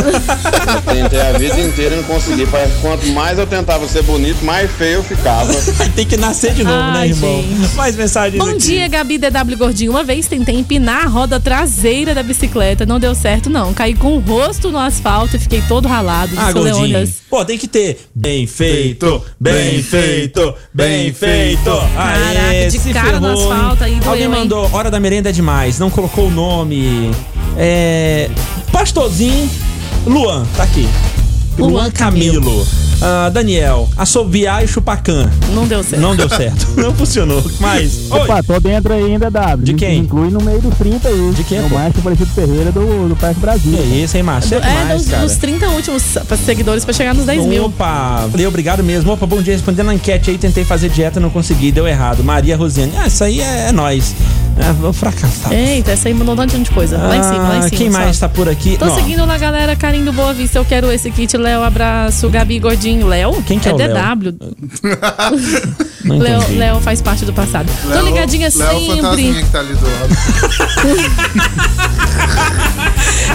eu tentei a vida inteira e não consegui. Parece que quanto mais eu tentava ser bonito, mais feio eu ficava. [LAUGHS] Tem que nascer de novo, né, Ai, irmão? gente. Mais mensagens Bom aqui. dia, Gabi DW Gordinho. Uma vez tentei empinar a roda traseira da bicicleta. Não deu certo, não. Caí com o rosto no asfalto e fiquei todo ralado. Ah, Disse o gordinho. Leônidas. Pô, tem que ter. Bem feito, bem feito, bem feito. Caraca, Aê, de se cara no ferrou, hein? asfalto aí doeu, Alguém hein? mandou, hora da merenda é demais, não colocou o nome. É. Pastorzinho Luan, tá aqui. Luan, Camilo. Ah, Daniel, assobiar e chupacan. Não deu certo. Não deu certo. [LAUGHS] não funcionou. Mas. Oi. Opa, tô dentro ainda, W. De Me- quem? me Inclui no meio dos 30 aí. De quem? O Márcio Aparecido Ferreira do, do Parque Brasil. é, Que isso, hein, Márcio? Você é É, demais, dos, cara. dos 30 últimos seguidores pra chegar nos 10 mil. Opa, valeu, obrigado mesmo. Opa, bom dia. Respondendo a enquete aí, tentei fazer dieta, não consegui, deu errado. Maria Rosiane, ah, isso aí é, é nós. É, vou fracassar. Eita, essa aí mandou um monte de coisa. Lá em cima, lá em Ah, cima. Quem só. mais tá por aqui? Tô Não, seguindo lá, galera. Carinho do Boa Vista. Eu quero esse kit. Léo, abraço. Gabi Gordinho. Léo? Quem que é o Léo? DW. Não Léo, entendi. Léo faz parte do passado. Tô ligadinha Léo Fantasminha sempre. que tá ali do lado.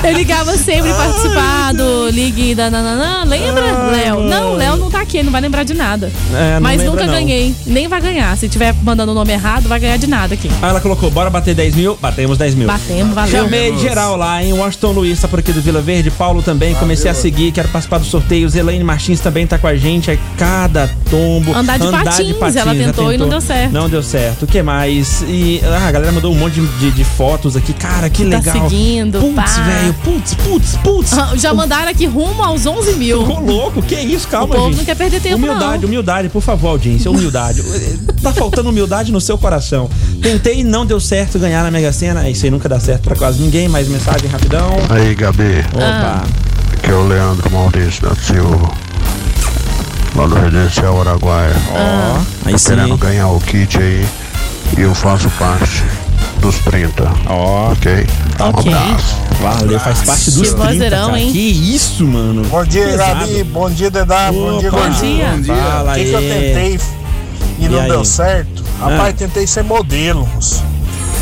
Eu ligava sempre participado. Ligue da nananã. Lembra, Léo? Não, Léo não tá aqui. Ele não vai lembrar de nada. Ah, É, não Mas lembra, nunca não. ganhei. Nem vai ganhar. Se tiver mandando o nome errado, vai ganhar de nada aqui. Ah, ela colocou, bora bater 10 mil? Batemos 10 mil. Batemos, valeu. Chamei geral lá, hein? Washington Luiz tá por aqui do Vila Verde, Paulo também, comecei a seguir, quero participar dos sorteios. Elaine Martins também tá com a gente, é cada tombo. Andar de patins, ela tentou e não deu certo. Não deu certo. O que mais? E ah, a galera mandou um monte de, de- de fotos aqui. Cara, que Tá legal. seguindo, Putz, pá. velho, putz, putz, putz. Ah, Já mandaram aqui rumo aos 11 mil. Ficou louco, que isso, calma, O povo gente. não quer perder tempo, Humildade, humildade, por favor, audiência, [LAUGHS] humildade. tá faltando humildade no seu coração. Tentei, não deu certo ganhar na Mega Sena. Isso aí nunca dá certo pra quase ninguém, mas mensagem rapidão. Aí, Gabi. Opa. Aqui é o Leandro Maurício da Silva. Lá no Residencial Araguaia. Ó, aí Tô sim, querendo hein? ganhar o kit aí. E eu faço parte dos 30. Ó. Ok? Um Ok. Valeu, faz parte dos Que 30, vozeirão, cara. hein? Que isso, mano. Bom dia, Pesado. Gabi. Bom dia, Dedá. Bom dia, Opa. Gordinho. Bom dia. Fala O que, que eu aí. tentei e, E não aí? É. deu certo? Rapaz, tentei ser modelo. moço.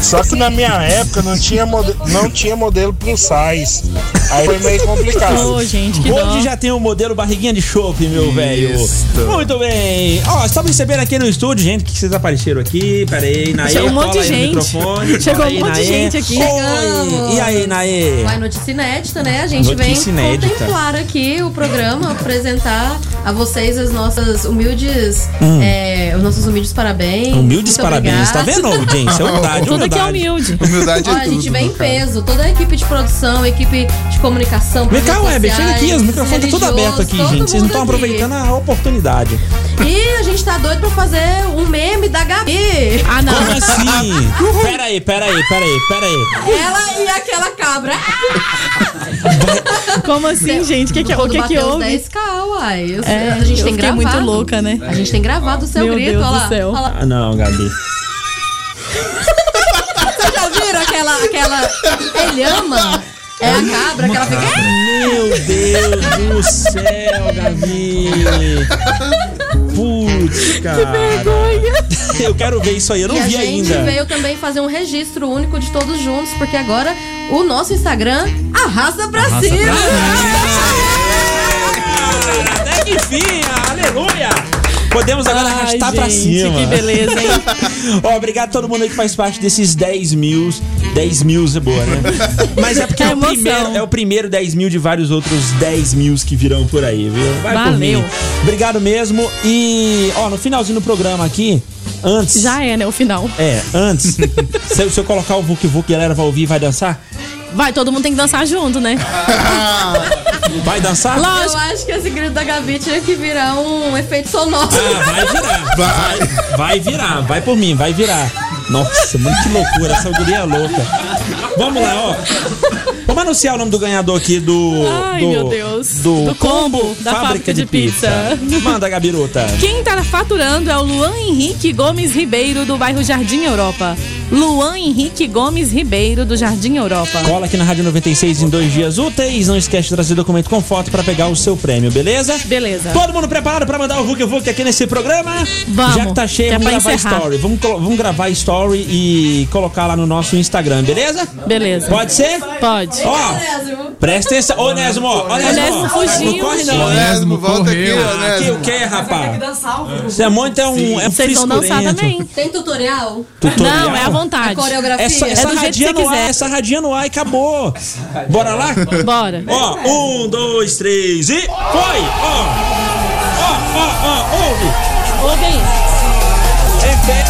Só que na minha época não tinha, mode- não tinha modelo plus size. Aí foi meio complicado. Hoje já tem o modelo barriguinha de chope, meu velho. Muito bem. Ó, estamos recebendo aqui no estúdio, gente, que vocês apareceram aqui. Pera aí, Naê, Chegou um monte cola de aí gente. no microfone. [LAUGHS] Chegou Cola um aí, monte de Naê. gente aqui. Oi. E aí, Naê? Vai notícia inédita, né? A gente Notícia vem inédita. contemplar aqui o programa, apresentar a vocês as nossas humildes, Hum. é, os nossos humildes parabéns. Humildes Muito parabéns. Tá obrigada. vendo, audiência? Humildade, Tudo aqui é humildade. humilde. [LAUGHS] Humildade é Olha, a gente tudo, vem em meu cara. peso. Toda a equipe de produção, equipe de comunicação. Vem cá, redes Web, sociais, chega aqui, os microfones estão tudo religiosos, aberto aqui, todo gente. Vocês não estão mundo aqui. aproveitando a oportunidade. E a gente tá doido pra fazer um meme [LAUGHS] da Gabi. Ah, não. [LAUGHS] Como assim? Pera aí, pera aí, pera aí, pera aí. Ela e aquela cabra. Como assim, gente? O que, que, o Quando que, que bateu os houve? 10K, uai. Eu- É, a gente eu tem fiquei gravado. muito louca, né? A gente tem gravado o seu Meu grito, Deus olha do lá. céu. olha lá. Ah, não, Gabi. Vocês já viram [LAUGHS] aquela, aquela Elhama? É a cabra que ela fica. "É!" Meu Deus do céu, Gabi. Putz, cara. vergonha. Eu quero ver isso aí, eu não e vi a gente ainda. veio também fazer um registro único de todos juntos, porque agora o nosso Instagram arrasa pra Arrasa cima. pra Até que enfim, aleluia. Podemos agora Ai, arrastar pra gente, cima. que beleza, hein? [LAUGHS] Ó, obrigado a todo mundo aí que faz parte desses 10 mil. 10 mil é boa, né? Mas é porque é, o primeiro, é o primeiro 10 mil de vários outros 10 mil que virão por aí, viu? Vai por Valeu. mim. Obrigado mesmo. E, ó, no finalzinho do programa aqui, antes. Já é, né? O final. É, antes. [LAUGHS] se, se eu colocar o Vuk Vuk, a galera vai ouvir e vai dançar? Vai, todo mundo tem que dançar junto, né? Vai dançar? [LAUGHS] Eu acho que esse grito da Gabi tinha que virar um efeito sonoro. Ah, Vai virar, vai, vai virar, vai por mim, vai virar. Nossa, mano, que loucura, essa guria é louca. Vamos lá, ó. Vamos anunciar o nome do ganhador aqui do. Ai, do, meu Deus. Do, Do combo, combo da fábrica, de, pizza. Manda, Gabirota. Quem tá faturando é o Luan Henrique Gomes Ribeiro, do bairro Jardim Europa. Luan Henrique Gomes Ribeiro, do Jardim Europa. Cola aqui na Rádio 96 em dois dias úteis. Não esquece de trazer documento com foto pra pegar o seu prêmio, beleza? Beleza. Todo mundo preparado pra mandar o Vuk Vuk aqui nesse programa? Vamos, Já que tá cheio, que é vamos pra gravar encerrar. story. Vamos, colo- vamos gravar story e colocar lá no nosso Instagram, beleza? Beleza. Pode ser? Pode. Ó, presta atenção. Ô, Onésimo, ó. Onésimo, Onésimo fugiu, Não corre, não. gente. Onésimo, volta aqui, Ah, Que Onésimo. o que, rapaz? Você é muito, é um. É um Vocês vão dançar frescurento. também. Tem tutorial? Tutorial? Não, é à vontade. A coreografia. Essa, É essa do jeito radinha que você no ar, quiser. essa radinha no ar e acabou. Bora lá? Bora. Ó, um, dois, três e foi! Ó, ó, ó, ó, ouve! Ouve aí. É fé.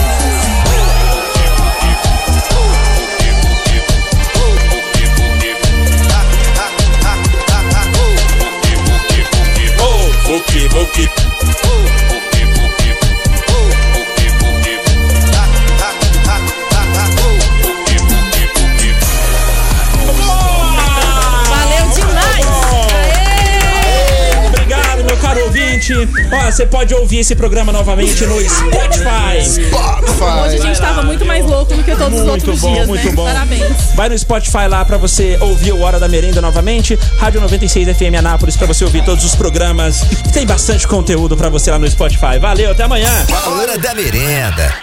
Oh, Vuki, Vuki. Valeu demais! Obrigado, meu caro ouvinte. Ó, você pode ouvir esse programa novamente no Spotify. Hoje a gente tava muito mais louco do que todos os Muito outros bom, dias, muito né? bom. Parabéns. Vai no Spotify lá pra você ouvir o Hora da Merenda novamente. Rádio 96 FM Anápolis pra você ouvir todos os programas. Tem bastante conteúdo pra você lá no Spotify. Valeu, até amanhã. Hora da Merenda.